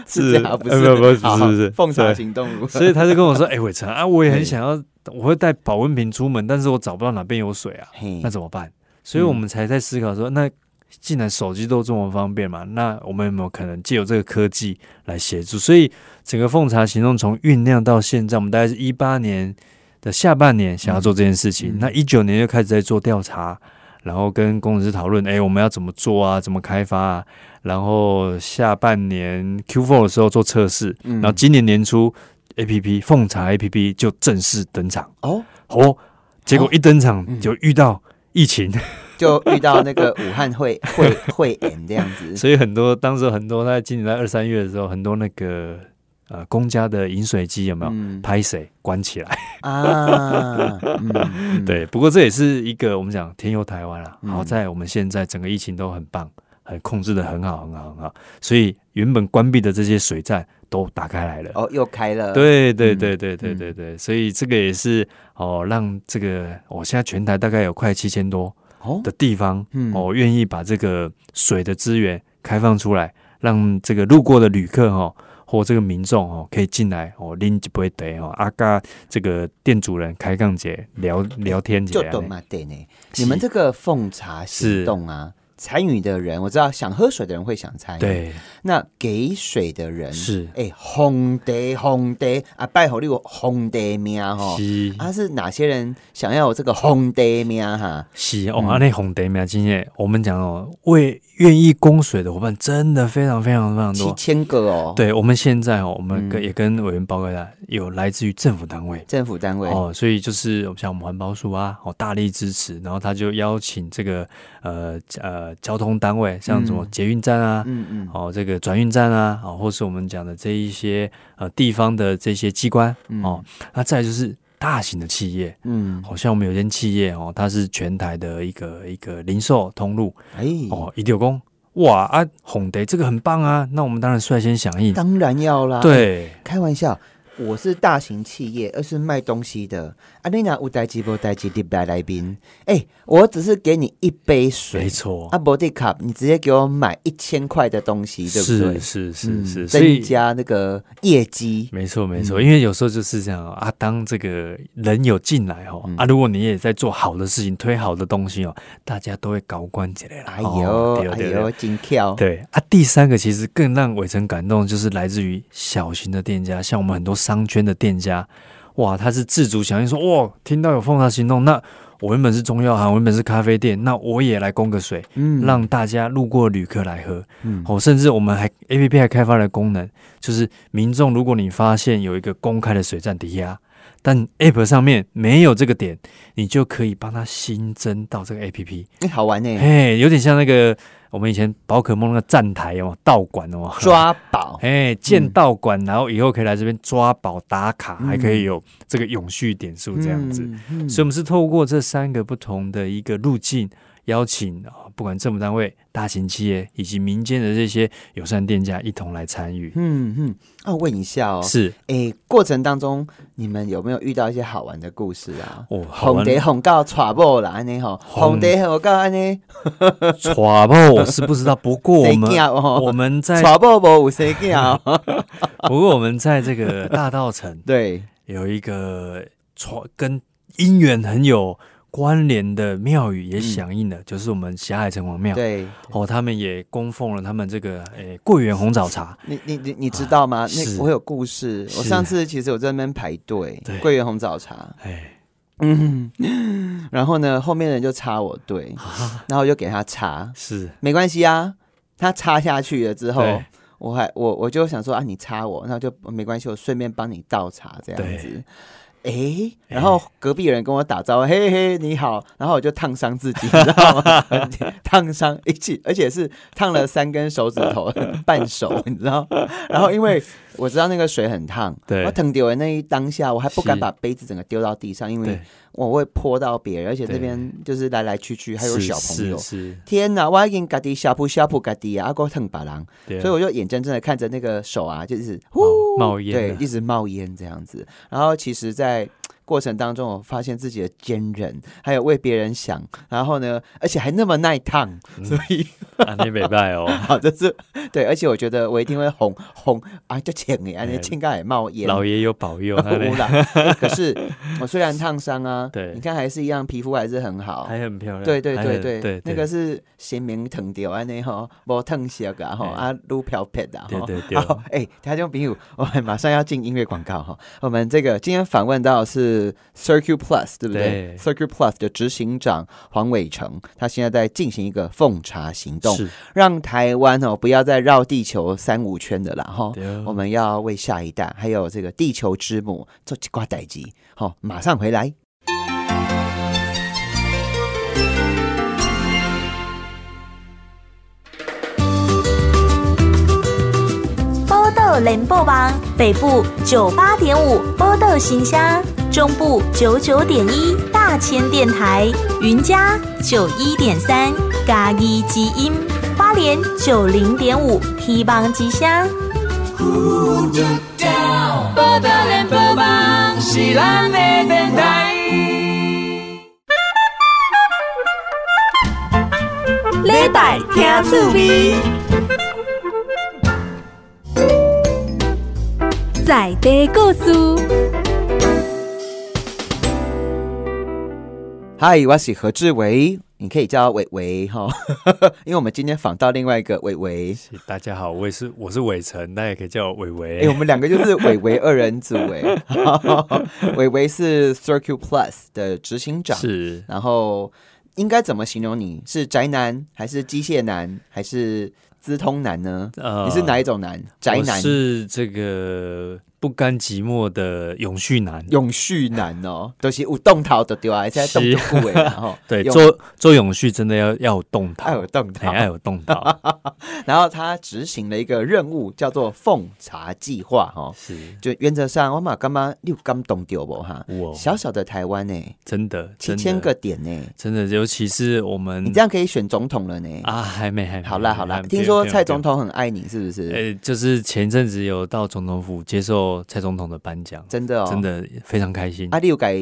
C: 是这样啊，不
F: 呃
C: 是
F: 没有不是
C: 好
F: 不是不是
C: 奉茶
F: 对
C: 行动如何？
F: 所以他就跟我说，哎、伟成啊，我也很想要，我会带保温瓶出门，但是我找不到哪边有水啊，
C: 嘿
F: 那怎么办？所以我们才在思考说，那既然手机都这么方便嘛，那我们有没有可能借由这个科技来协助？所以整个奉茶行动从酝酿到现在，我们大概是一八年的下半年想要做这件事情，
C: 嗯
F: 那一九年就开始在做调查。然后跟工程师讨论，哎，我们要怎么做啊？怎么开发啊？然后下半年 Q4 的时候做测试，
C: 嗯
F: 然后今年年初 A P P 奉茶 A P P 就正式登场。
C: 哦，
F: 哦，结果一登
C: 嗯
F: 场就遇到 疫情，
C: 就遇到那个武汉会会会演这样子，
F: 所以很多当时很多在今年在二三月的时候，很多那个呃公家的饮水机有没有、
C: 嗯
F: 拍谁关起来？
C: 啊，嗯，
F: 对，不过这也是一个我们讲天佑台湾啊，
C: 嗯
F: 好在我们现在整个疫情都很棒，很控制的很好，很好，很好，所以原本关闭的这些水站都打开来了。
C: 哦，又开了，，
F: 对对
C: 嗯
F: 对对对对对，所以这个也是哦，让这个我、哦、现在全台大概有快七千多
C: 哦，
F: 的地方、
C: 嗯
F: 哦，愿意把这个水的资源开放出来，让这个路过的旅客哦。或这个民众哦，可以进来哦，拎一杯茶哦，啊，跟这个店主人开杠姐聊聊天姐
C: 就，懂嘛对呢。你们这个奉茶行动啊，参与的人我知道，想喝水的人会想参与，，
F: 对，
C: 那给水的人
F: 是
C: 哎，红的红的啊，拜好你有红的名吼。
F: 是
C: 他、是哪些人想要有这个红的名哈？
F: 是
C: 嗯
F: 哦，啊，那红茶名今天我们讲哦，为愿意供水的伙伴真的非常非常非常
C: 七
F: 多，
C: 千个哦，，
F: 对，我们现在哦，我们跟、
C: 嗯
F: 也跟委员报告一下，有来自于政府单位
C: 政府单位
F: 哦，所以就是像我们环保署啊，哦大力支持，然后他就邀请这个呃呃交通单位，像什么
C: 嗯
F: 捷运站啊。
C: 嗯嗯，
F: 哦，这个转运站啊，哦，或是我们讲的这一些呃地方的这些机关哦，那再来就是大型的企业，
C: 嗯，
F: 好、像我们有间企业哦，它是全台的一个一个零售通路
C: 哎，
F: 哦，一六公哇啊，红的这个很棒啊，那我们当然率先响应，
C: 当然要啦，，
F: 对，
C: 开玩笑。我是大型企业，而是卖东西的。啊，你若有代志无代志，你来来宾。哎、我只是给你一杯水，
F: 没错，
C: 啊，伯蒂卡，你直接给我买一千块的东西，对不对？
F: 是是是
C: 嗯
F: 是，所
C: 增
F: 以
C: 加那个业绩。
F: 没错没
C: 嗯
F: 错，因为有时候就是这样哦啊，当这个人有进来哦
C: 嗯
F: 啊，如果你也在做好的事情，推好的东西哦，大家都会高官起来了，
C: 哎
F: 哦
C: 呦，
F: 对
C: 哎
F: 对
C: 呦，
F: 对。
C: 真巧。
F: 对啊，第三个其实更让伟成感动，就是来自于小型的店家，像我们很多商圈的店家，哇，他是自主响应说，哇，听到有奉茶行动，那我原本是中药行，我原本是咖啡店，那我也来供个水，
C: 嗯
F: 让大家路过的旅客来喝。
C: 嗯
F: 哦，甚至我们还 A P P 还开发了功能，就是民众如果你发现有一个公开的水站抵押，但 App 上面没有这个点，你就可以帮他新增到这个 A P P。
C: 哎好玩呢、
F: 嘿，有点像那个我们以前宝可梦那个站台哦，道馆哦，
C: 抓宝。
F: 哎，建道馆，然后以后可以来这边抓宝打卡，还可以有这个永续点数这样子。
C: 嗯，嗯
F: 所以，我们是透过这三个不同的一个路径，邀请啊，不管政府单位、大型企业以及民间的这些友善店家一同来参与。
C: 嗯嗯，啊，问一下哦，
F: 是
C: 哎、过程当中你们有没有遇到一些好玩的故事啊？
F: 哦，好
C: 红
F: 玩，
C: 得红到娶某啦，安尼吼，红得红到安尼，
F: 娶某我是不知道，不过 我们
C: 谁怕哦
F: 我们 在
C: 娶某无有生囝 哦。
F: 不过我们在这个大道城
C: 对，
F: 有一个传跟姻缘很有关联的庙宇也响应了，就是我们霞海城隍庙。
C: 嗯对，
F: 哦，他们也供奉了他们这个诶桂圆红枣茶，
C: 你你你你知道吗？
F: 啊是
C: 那我有故事，我
F: 是
C: 上次其实我在那边排队
F: 对，
C: 桂圆红枣茶，
F: 哎，
C: 嗯，然后呢，后面的人就插我 队，然后我就给他插，
F: 是
C: 没关系啊，他插下去了之后
F: 对。
C: 我还我我就想说啊，你插我，那就没关系，我顺便帮你倒茶这样子。诶，然后隔壁有人跟我打招呼，嘿嘿，你好，然后我就烫伤 自己，你知道吗？ 烫伤一起，而且是烫了三根手指头， 半手，你知道？然后因为我知道那个水很烫，
F: 对
C: 我疼丢的那一当下，我还不敢
F: 是
C: 把杯子整个丢到地上，因为
F: 对
C: 我会泼到别人，而且
F: 对
C: 这边就是来来去去，还有
F: 是
C: 小朋友
F: 是。是，
C: 天哪，我已经家己下铺下铺家己啊，还够疼把人。
F: 对啊
C: 所以我就眼睁睁的看着那个手啊，就是
F: 冒
C: 呼
F: 哦冒烟啊了
C: 对，一直冒烟这样子。然后其实，在过程当中，我发现自己的坚韧，还有为别人想，然后呢，而且还那么耐烫，所以、
F: 啊，你北拜哦，
C: 好，这是对。而且我觉得我一定会红红啊，就请你啊，
F: 哎
C: 你请盖也冒烟。
F: 老爷有保佑， 他嘞
C: 污啦，可是我虽然烫伤啊，
F: 对
C: 你看还是一样，皮肤还是很好，
F: 还很漂亮，
C: 对对
F: 还
C: 对
F: 很
C: 对
F: 哎对，
C: 那个是先明疼掉安尼吼，无疼惜噶吼，
F: 嘿
C: 啊撸漂撇的吼。
F: 哎对对对
C: 好，哎，听众朋友，我们马上要进音乐广告哈。我们这个今天访问到的是 Circuit Plus，对不对
F: 对
C: ？Circuit Plus 的执行长黄伟成，他现在在进行一个奉茶行动，
F: 是
C: 让台湾哦不要再绕地球三五圈的啦哈。
F: 对哦
C: 我们要为下一代还有这个地球之母做几挂代机。好，马上回来。
E: 「
G: 波豆联播网北部九八点五波豆新乡，中部九九点一大千电台，云嘉九一点三咖一基因，花莲九零点五 T 邦之乡。
E: 报道联播网是咱的电台。
B: 礼拜听趣味。在地故事。
C: 嗨，我是何志伟，你可以叫我伟伟哈， 因为我们今天访到另外一个伟伟，
F: 大家好，我也是我是伟成，大家也可以叫我伟
C: 哎、
F: 伟
C: 我。们两个就是伟伟二人组哎，伟伟是 Circle Plus 的执行长，
F: 是
C: 然后应该怎么形容你？是宅男还是机械男还是资通男呢？
F: 呃
C: 你是哪一种男？宅
F: 我
C: 男、
F: 是这个不甘寂寞的永续男。
C: 永续男哦，都、就是有动头的对啊，现在动就顾哎，然后
F: 对，
C: 永
F: 周周永续真的要要有动
C: 爱
F: 态，
C: 有动头
F: 哎，，要有动态，
C: 然后他执行了一个任务，叫做奉茶计划哦。
F: 是
C: 就原则上，我嘛干嘛六感动掉不哈？
F: 哇
C: 小小的台湾呢、
F: 真的，
C: 七
F: 哦真的
C: 千个点呢、
F: 真的，尤其是我们
C: 你这样可以选总统了呢、
F: 啊，哎还没还没。
C: 好啦
F: 还
C: 好
F: 没
C: 啦
F: 还，没
C: 听
F: 不
C: 说
F: 用
C: 蔡
F: 不用
C: 总统很爱你，是不是？
F: 呃，就是前一阵子有到总统府接受蔡总统的颁奖，
C: 真的哦，
F: 真。的非常开心。
C: 啊，你有改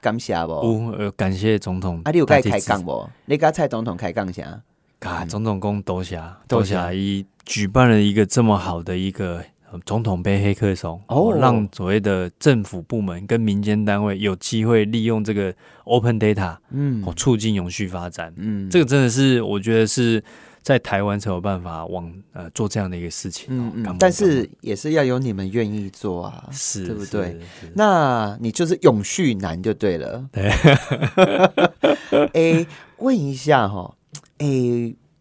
C: 感谢不？
F: 有呃，感谢总统。
C: 啊，你有
F: 大
C: 改
F: 家
C: 开
F: 支
C: 杠不？你跟蔡总统开杠啥？
F: 啊，总统公多霞，
C: 多
F: 多
C: 谢
F: 霞一举办了一个这么好的一个呃总统杯黑客松，
C: 哦
F: 让所谓的政府部门跟民间单位有机会利用这个 open data，
C: 嗯
F: 哦，促进永续发展。
C: 嗯，
F: 这个真的是我觉得是在台湾才有办法往呃做这样的一个事情，哦
C: 嗯
F: 干嘛
C: 嗯，但
F: 干
C: 是
F: 嘛
C: 也是要有你们愿意做啊，
F: 是
C: 对不对？？
F: 是是
C: 那你就是永续男就对了。
F: 对。
C: 哎，问一下哈，哎，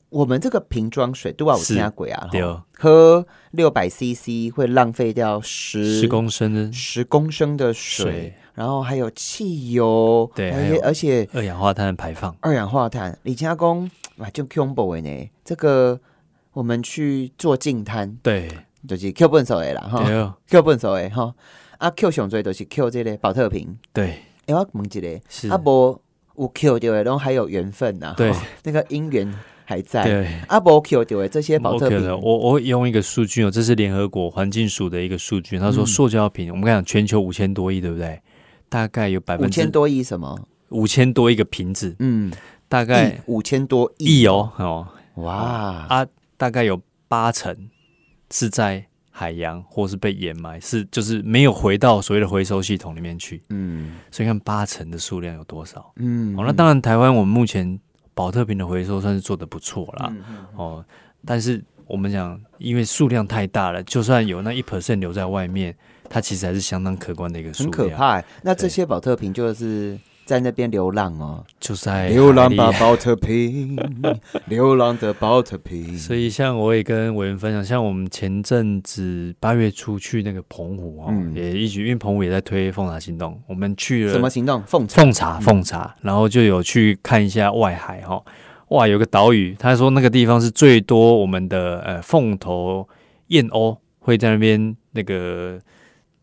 C: 我们这个瓶装水对吧？我
F: 是
C: 听下鬼啊，
F: 对
C: 吼
F: 哦
C: 喝六百 CC 会浪费掉十
F: 十公升的
C: 十公升的水，
F: 水
C: 然后还有汽油，
F: 对
C: 而
F: 还
C: 且
F: 有
C: 而且
F: 二氧化碳的排放，
C: 二氧化碳，李家公哇，就 combo 的呢。这个我们去做净滩，
F: 对，
C: 就是 Q 笨手的啦哈
F: 对哦
C: ，Q 笨手的哈。啊，Q 上最就是 Q 这个保特瓶，
F: 对，
C: 哎、我问一
F: 是
C: 个，啊无有 Q 掉的，然后还有缘分呐、
F: 对
C: 哈那个姻缘还在。
F: 对。
C: 啊，无 Q 掉的这些保特
F: 嗯 OK
C: 瓶，
F: 的，我我用一个数据哦，这是联合国环境署的一个数据，
C: 嗯
F: 他说塑胶品，我们刚讲全球五千多亿，对不对？大概有百
C: 五
F: 分之
C: 千多亿什么？
F: 五千多一个瓶子，
C: 嗯，
F: 大
C: 亿
F: 概
C: 五千多亿
F: 亿哦哦
C: 哇！
F: 啊，大概有八成是在海洋或是被掩埋，是就是没有回到所谓的回收系统里面去，
C: 嗯
F: 所以看八成的数量有多少。
C: 嗯，
F: 哦，那当然，台湾我们目前保特瓶的回收算是做得不错啦。
C: 嗯嗯
F: 哦，但是我们讲，因为数量太大了，就算有那一 percent 留在外面，它其实还是相当可观的一个数
C: 很可，
F: 量。
C: 怕、欸。那这
F: 对
C: 些保特瓶就是在那边流浪哦，
F: 就在
C: 流浪
F: 海里啊
C: 吧，保特瓶，流浪的保特瓶。
F: 所以，像我也跟委员分享，像我们前阵子八月初去那个澎湖哦，
C: 嗯
F: 也一起，因为澎湖也在推奉茶行动，我们去了
C: 什么行动？奉茶。
F: 奉茶奉茶，然后就有去看一下外海哈、哦，哇，有个岛屿，他说那个地方是最多我们的呃凤头燕鸥会在那边那个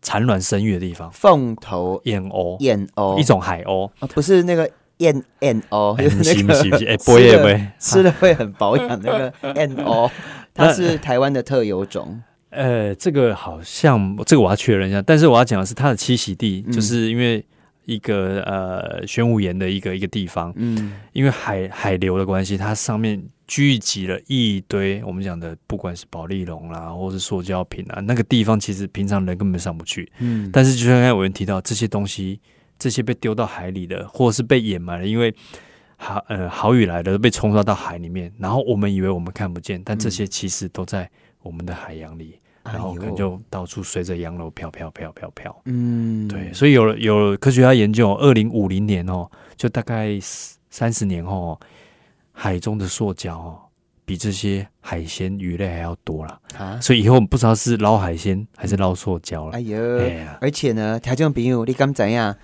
F: 产卵生育的地方，
C: 凤头
F: 燕鸥
C: 燕鸥
F: 一、种海鸥，
C: 啊不是那个燕燕鸥，
F: 哎
C: 就是
F: 不是
C: 那
F: 不是不是
C: 个
F: 哎不会
C: 吃了
F: 不会啊
C: 吃了会很保养那 个燕鸥，它是台湾的特有种。
F: 呃，这个好像这个我要确认一下，但是我要讲的是它的栖息地，
C: 嗯
F: 就是因为一个呃玄武岩的一个一个地方，
C: 嗯，
F: 因为海海流的关系，它上面聚集了一堆我们讲的，不管是保利龙啦，或是塑胶品啊，那个地方其实平常人根本上不去。
C: 嗯
F: 但是就像刚才有人提到，这些东西，这些被丢到海里的，或是被掩埋了，因为好呃好雨来了被冲刷到海里面，然后我们以为我们看不见，但这些其实都在我们的海洋里，然
C: 哎
F: 后可能就到处随着洋流飘飘飘飘飘。
C: 嗯，
F: 对，所以有了有了科学家研究，二零五零年哦，就大概三十年后、哦，海中的塑胶哦，比这些海鲜鱼类还要多了。
C: 啊，
F: 所以以后我们不知道是捞海鲜还是捞塑胶了
C: 哎。呦
F: 嗯哎，呀，
C: 而且呢，条件朋友，你敢怎样？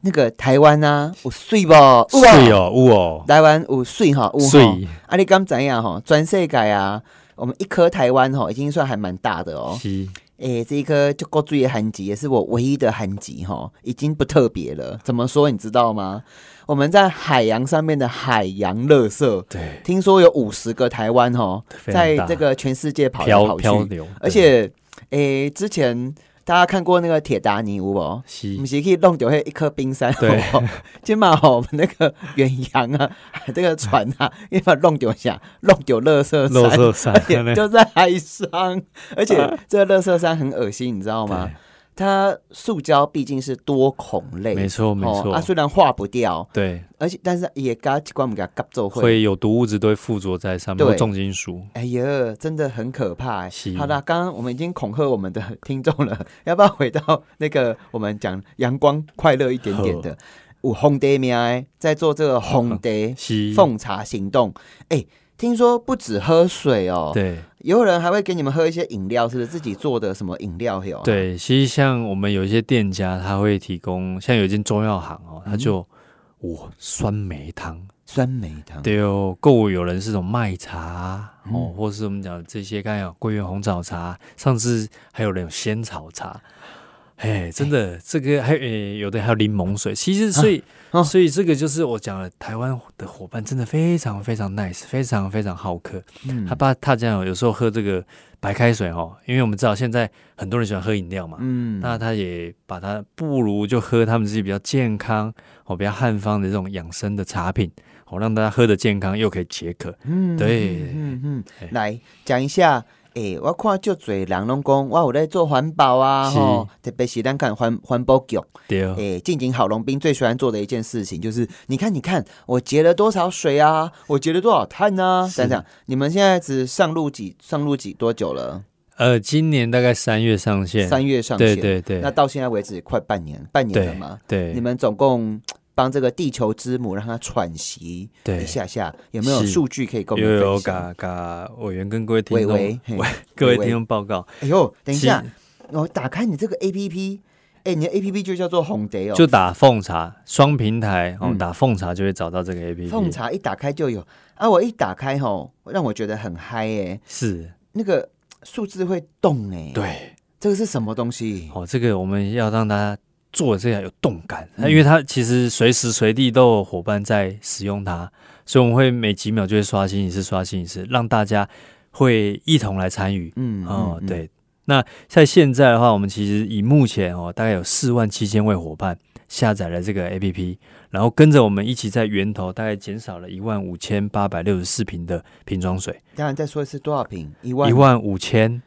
C: 那个台湾啊，有水不？有吧
F: 水哦，雾哦，
C: 台湾有水哈，有
F: 水
C: 哈。啊，你敢怎样哈？全世界啊，我们一颗台湾哈，已经算还蛮大的哦。
F: 是
C: 诶、这一颗就够注意的韩籍，也是我唯一的韩籍哈，已经不特别了。怎么说你知道吗？我们在海洋上面的海洋垃圾，
F: 对，
C: 听说有五十个台湾哈，
F: 非常
C: 在
F: 大
C: 这个全世界跑来
F: 漂
C: 跑去，
F: 漂流，
C: 而且诶、之前大家看过那个铁达尼有无？
F: 是
C: 不是可以弄掉那一颗冰山
F: 对
C: 哦， 今嘛吼，我们那个远洋啊， 这个船啊，要把它弄丢下，弄丢垃圾山，
F: 垃圾 山
C: 而且
F: 对
C: 就在海上，而 且这个垃圾山很恶心，你知道吗？它塑胶毕竟是多孔类，
F: 没错没错
C: 哦啊，虽然化不掉，
F: 对，
C: 而且但是也跟它关不给它夹皱会。
F: 会有毒物质都会附着在上面，
C: 对
F: 或重金属，
C: 哎呀，真的很可怕、哎
F: 是
C: 好啦，刚刚我们已经恐吓我们的听众了， 要不要回到那个我们讲阳光快乐一点点的？有红爹喵的在做 这个红爹
F: 是
C: 奉茶行动。哎、听说不止喝水哦，
F: 对。
C: 有人还会给你们喝一些饮料，是不是自己做的什么饮料有？，
F: 对，其实像我们有一些店家，他会提供，像有一间中药行哦，
C: 嗯
F: 他就我酸梅汤，
C: 酸梅汤。
F: 对哦，购物有人是种麦茶
C: 嗯
F: 哦，或是我们讲这些，刚才有桂圆红枣茶，上次还有人有仙草茶，哎，真的，这个还有诶有的还有柠檬水，其实所以、
C: 啊哦
F: 所以这个就是我讲了，台湾的伙伴真的非常非常 nice，非常非常好客，
C: 嗯
F: 他爸他这样有时候喝这个白开水哦，因为我们知道现在很多人喜欢喝饮料嘛，
C: 嗯
F: 那他也把它不如就喝他们自己比较健康哦、比较汉方的这种养生的茶品，哦，让大家喝的健康又可以解渴。
C: 嗯
F: 对
C: 嗯嗯
F: 哎，
C: 来讲一下。诶、我看就侪人拢讲，我有在做环保啊，
F: 是
C: 吼，特别是咱看环环保局，
F: 对，哦
C: 诶、近景郝龙斌最喜欢做的一件事情就是，你看，你看，我节了多少水啊，我节了多少碳啊？想想，你们现在只上路几上路几多久了？
F: 呃，今年大概三月上线，
C: 三月上
F: 对
C: 线，
F: 对对，
C: 那到现在为止快半年，半年了
F: 对
C: 嘛。
F: 对
C: 你们总共帮这个地球之母让它喘息
F: 对
C: 一下下，有没有
F: 是
C: 数据可以跟我
F: 有
C: 们
F: 有
C: 分享？
F: 嘎嘎，委员跟各位听
C: 伟
F: 众，
C: 伟，嘿
F: 各
C: 伟
F: 位
C: 伟
F: 听众报告，
C: 哎呦，等一
F: 其
C: 下，我打开你这个 A P P，哎，你的 A P P 就叫做红蝶哦，
F: 就打凤茶双平台哦
C: 嗯，
F: 打凤茶就会找到这个 A P P。
C: 凤茶一打开就有啊，我一打开吼，让我觉得很嗨哎，
F: 是，
C: 那个数字会动哎，，
F: 对，
C: 这个是什么东西？
F: 哦，这个我们要让大家做这样有动感，
C: 嗯
F: 那因为它其实随时随地都有伙伴在使用它，所以我们会每几秒就会刷新一次，刷新一次，让大家会一同来参与。
C: 嗯
F: 哦，，对。那在现在的话，我们其实以目前哦，大概有四万七千位伙伴下载了这个 APP，然后跟着我们一起在源头大概减少了一万五千八百六十四瓶的瓶装水，
C: 当然再说一次多少瓶？一万
F: 一万五千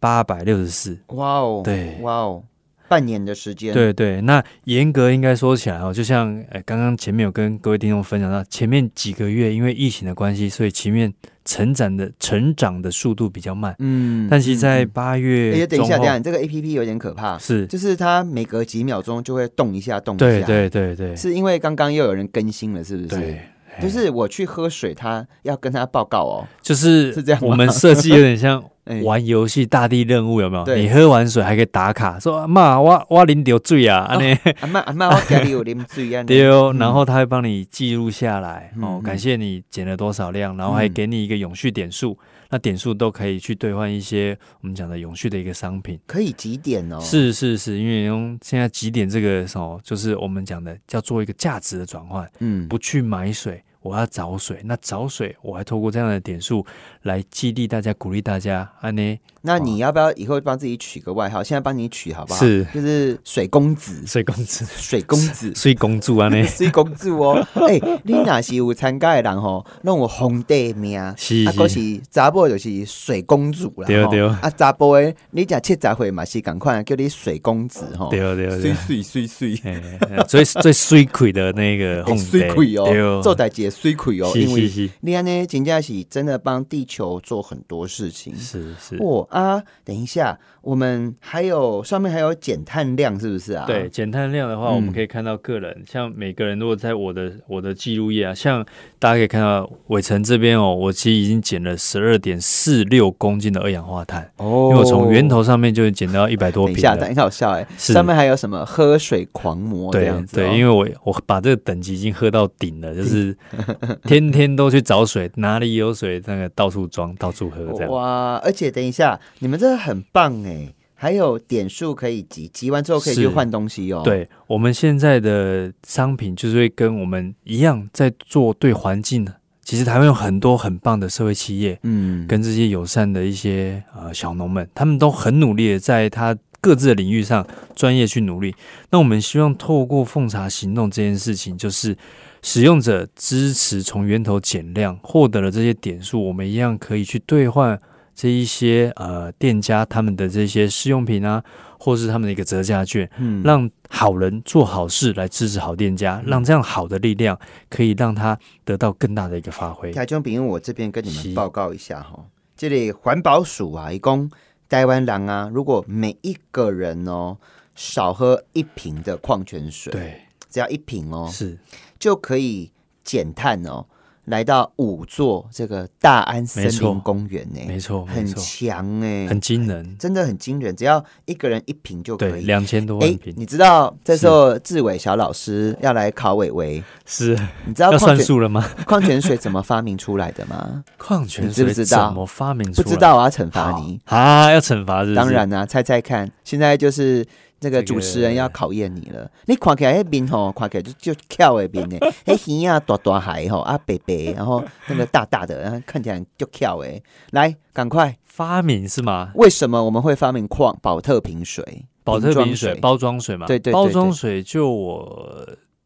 F: 八百六十四。
C: 哇哦，
F: 对
C: 哇哦，半年的时间，，
F: 对对，那严格应该说起来哦，就像呃刚刚前面有跟各位听众分享到，前面几个月因为疫情的关系，所以前面成长的成长的速度比较慢，
C: 嗯
F: 但其实在
C: 嗯
F: 八
C: 嗯
F: 月
C: 哎，等一
F: 中
C: 下，
F: 后
C: 等一下，你这个 A P P 有点可怕，
F: 是，
C: 就是它每隔几秒钟就会动一下，动一下，
F: 对对对对
C: 是因为刚刚又有人更新了，是不是？
F: 对。哎
C: 就是我去喝水，他要跟他报告哦。
F: 就是
C: 是这样吗
F: 我们设计有点像
C: 哎
F: 玩游戏大地任务，有没有？
C: 对
F: 你喝完水还可以打卡，说啊妈，我我啉到醉啊，安尼。
C: 阿妈阿妈，我家里有啉水啊
F: 对哦，
C: 嗯
F: 然后他会帮你记录下来、
C: 嗯
F: 哦
C: 嗯，
F: 感谢你减了多少量，然后还给你一个永续点数，那点数都可以去兑换一些我们讲的永续的一个商品。
C: 可以几点哦？，
F: 是是是，因为用现在几点这个什么，就是我们讲的叫做一个价值的转换，
C: 嗯，
F: 不去买水，我要找水。那找水，我还透过这样的点数来激励大家、鼓励大家，安呢
C: 那你要不要以后帮自己取个外号？现在帮你取好不好？
F: 是
C: 就是水公子，
F: 水公子、。
C: 水公子。
F: 水公主安呢
C: 水公主哦，哎、你若是有参加的人吼，弄有皇帝名，
F: 是
C: 啊，
F: 是
C: 可是查某就是水公主啦，
F: 对哦
C: 吼
F: 对
C: 啊，查甫的你讲七十岁嘛是赶快叫你水公子吼，
F: 对哦对对
C: 水水水水，
F: 哎，最最水亏的那个
C: 欸
F: 红
C: 水
F: 茶
C: 亏
F: 对
C: 哦，做代志的水亏哦，
F: 是
C: 因为
F: 是是
C: 你安呢，真正是真的帮地球做很多事情。
F: 是是，
C: 哦啊，等一下，我们还有上面还有减碳量，是不是啊？
F: 对，，减碳量的话，我们
C: 嗯
F: 可以看到个人，像每个人如果在我的我的记录页啊，像大家可以看到伟成这边哦，我其实已经减了十二点四六公斤的二氧化碳，
C: 哦
F: 因为我从源。头上面就减到一百多
C: 等一
F: 瓶
C: 下，等一
F: 了。
C: 下，我笑哎、
F: 是
C: 上面还有什么喝水狂魔这
F: 对
C: 样子哦、
F: 对，因为我我把这个等级已经喝到顶了，就是 天天都去找水，哪里有水那个到处装，到处
C: 哦
F: 喝这样。
C: 哇，而且等一下，你们这个很棒哎、还有点数可以集，集完之后可以
F: 是
C: 去换东西哦、，
F: 对我们现在的商品，就是会跟我们一样在做对环境。其实台湾有很多很棒的社会企业，
C: 嗯，
F: 跟这些友善的一些呃小农们，他们都很努力的在他各自的领域上专业去努力。那我们希望透过奉茶行动这件事情，就是使用者支持从源头减量，获得了这些点数，我们一样可以去兑换这一些呃店家他们的这些试用品啊，或是他们的一个折价券，
C: 嗯
F: 让好人做好事来支持好店家，让这样好的力量可以让他得到更大的一个发挥。
C: 台中平，我这边跟你
F: 是
C: 们报告一下哈，这里环保署啊，一共台湾人啊，如果每一个人哦少喝一瓶的矿泉水，，
F: 对，
C: 只要一瓶哦，
F: 是
C: 就可以减碳哦，来到五座这个大安森
F: 没错
C: 林公园呢、
F: 没错，没
C: 很
F: 错。
C: 强哎、
F: 很惊人，
C: 真的很惊人，只要一个人一瓶就可
F: 对，
C: 以。
F: 两千多
C: 哎、
F: 万瓶，
C: 你知道这时候志伟小老师要来考伟伟，
F: 是
C: 你知道
F: 要
C: 矿
F: 算
C: 泉
F: 数了吗？
C: 矿泉水怎么发明出来的吗？
F: 矿泉
C: 你知
F: 水
C: 不知道
F: 怎么发明出
C: 不
F: 来？
C: 知道我要惩罚
F: 好
C: 你。
F: 啊，要惩罚是不是？
C: 当然啦、猜猜看，现在就是那个主持人要考验你了。你看起来那边 吼，看起来就就翘的边呢，那鱼啊大大海吼啊白白，然后那个大大的，然后看起来就翘哎。来，赶快，
F: 发明是吗？
C: 为什么我们会发明矿保特瓶水？
F: 保特
C: 装
F: 瓶水、包装水嘛，
C: 对对对
F: 包装水就我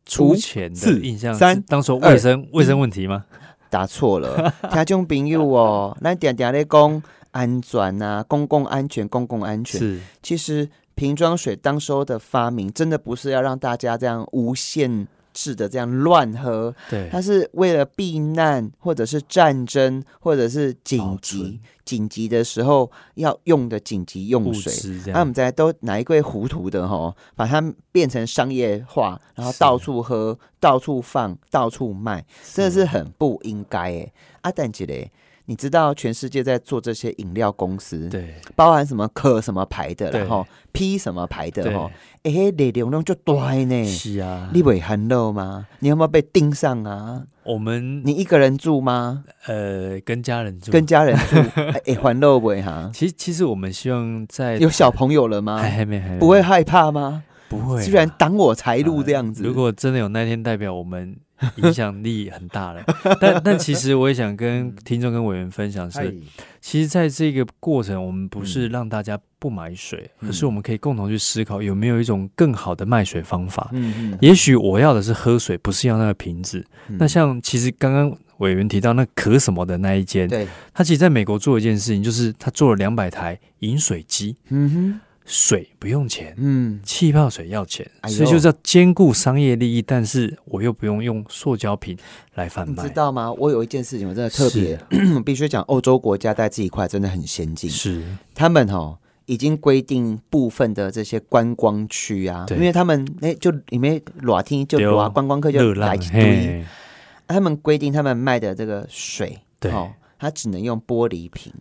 F: 出钱的
D: 四
F: 印象是
C: 三
F: 当时
C: 二
F: 卫生卫生问题吗？
C: 答错了， 听众朋友哦，咱点点咧讲安全啊，公共安全，公共安全。
F: 是
C: 其实瓶装水当时候的发明，真的不是要让大家这样无限制的这样乱喝，
F: 对，
C: 它是为了避难或者是战争或者是
F: 保
C: 紧急
F: 存
C: 紧急的时候要用的紧急用
F: 物
C: 水。
F: 资这
C: 那、我
F: 样
C: 们在都哪一柜糊涂的吼，把它变成商业化，然后
F: 是
C: 到处喝、到处放、到处卖，真的
F: 是
C: 是很不应该哎。阿蛋姐嘞，你知道全世界在做这些饮料公司，
F: 对
C: 包含什么可什么牌的啦，
F: 对
C: 然后 P 什么牌的
F: 对
C: 吼，哎、欸，内容量就大的呢。
F: 是
C: 嗯
F: 啊，
C: 你会很漏吗？你有没有被盯上啊？
F: 我们
C: 你一个人住吗？
F: 呃跟家人住，
C: 跟家人 住？哎、欸，环漏不哈？
F: 其实其实我们希望在
C: 有小朋友了吗
F: 还？还没还没
C: 不会害怕吗？
F: 不哎会啊，哎
C: 居然挡我财路这样子。
F: 如果真的有那天，代表我们影响力很大 了。但但其实我也想
C: 嗯
F: 跟听众跟委员分享是，其实在这个过程，我们不
C: 嗯
F: 是让大家不买水，而是我们可以共同去思考有没有一种更好的卖水方法。
C: 嗯嗯，
F: 也许我要的是喝水，不是要那个瓶子。那像其实刚刚委员提到那可什么的那一间，
C: 对，
F: 他其实在美国做一件事情，就是他做了两百台饮水机，
C: 嗯哼，
F: 水不用钱，
C: 嗯，
F: 气泡水要钱，
C: 哎呦
F: 所以就是要兼顾商业利益，但是我又不用用塑胶瓶来贩
C: 你
F: 卖
C: 知。道吗？我有一件事情，我真的特别 必须讲，欧洲国家在这一块真的很先进。
F: 是，
C: 他们哦已经规定部分的这些观光区啊，
F: 对
C: 因为他们那就里面热天就啊
F: 对哦
C: 热，观光客就
F: 热
C: 来
F: 浪
C: 一堆，
F: 嘿，
C: 啊他们规定他们卖的这个水，
F: 对
C: 哦，它只能用玻璃瓶，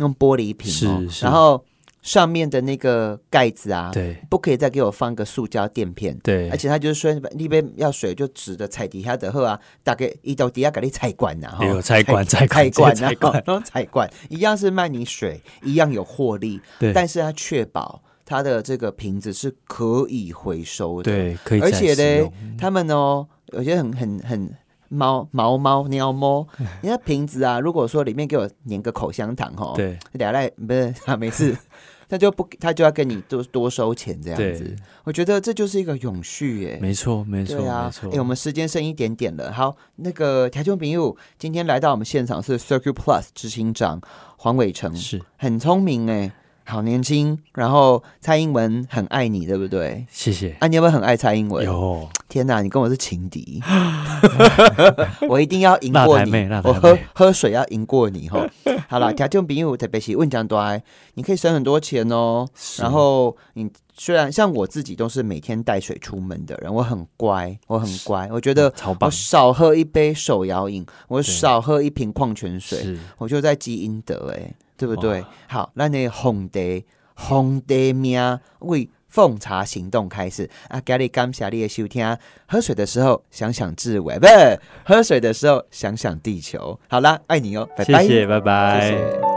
C: 用玻璃瓶哦
F: 是，是
C: 然后上面的那个盖子啊，
F: 对
C: 不可以再给我放个塑胶垫片，
F: 对，
C: 而且他就是说，那边要水就指着菜底下的喝啊，大概一到底下给你菜罐呐，哈
F: 对，菜 馆菜
C: 菜
F: 馆
C: 罐
F: 直接
C: 啊
F: 菜馆，
C: 然后菜罐一样是卖你水，一样有获利，
F: 对
C: 但是它确保它的这个瓶子是可以回收的，
F: 对，可以再
C: 而且
F: 使
C: 呢
F: 用，，嗯
C: 他们哦，有些很很很。猫毛猫喵 猫，你那瓶子啊，如果说里面给我粘个口香糖哦，
F: 对
C: 俩赖不是啊，没 事，他就不他就要跟你多多收钱这样子
F: 对。，
C: 我觉得这就是一个永续耶、
F: 没错没错
C: 对
F: 没
C: 啊，
F: 错
C: 哎、，我们时间剩一点点了。好，那个台中朋友今天来到我们现场是 Circuit Plus 执行长黄伟成，
F: 是。
C: 很聪明哎、好年轻。然后蔡英文很爱你，对不对？
F: 谢谢，
C: 哎啊，你有没有很爱蔡英文？
F: 有
C: 天哪，你跟我是情 敌，我一定要赢
F: 辣
C: 过
F: 台
C: 你
F: 妹辣，
C: 我
F: 台
C: 喝
F: 妹
C: 喝水要赢过你吼。好 啦，条件比我特别喜问讲多哎，你可以省很多钱哦。然后你虽然像我自己都是每天带水出门的人，我很乖，我很乖，我觉得
F: 超棒
C: 我少喝一杯手摇饮，我
F: 对
C: 少喝一瓶矿泉水，
F: 是
C: 我就在积阴德哎，对不对？好，那你红的红的命为奉茶行动开始啊！咖喱感谢你的收听，喝水的时候想想志伟，不是喝水的时候想想地球。好啦，爱你哦，拜拜，
F: 谢谢，拜拜。
C: 谢谢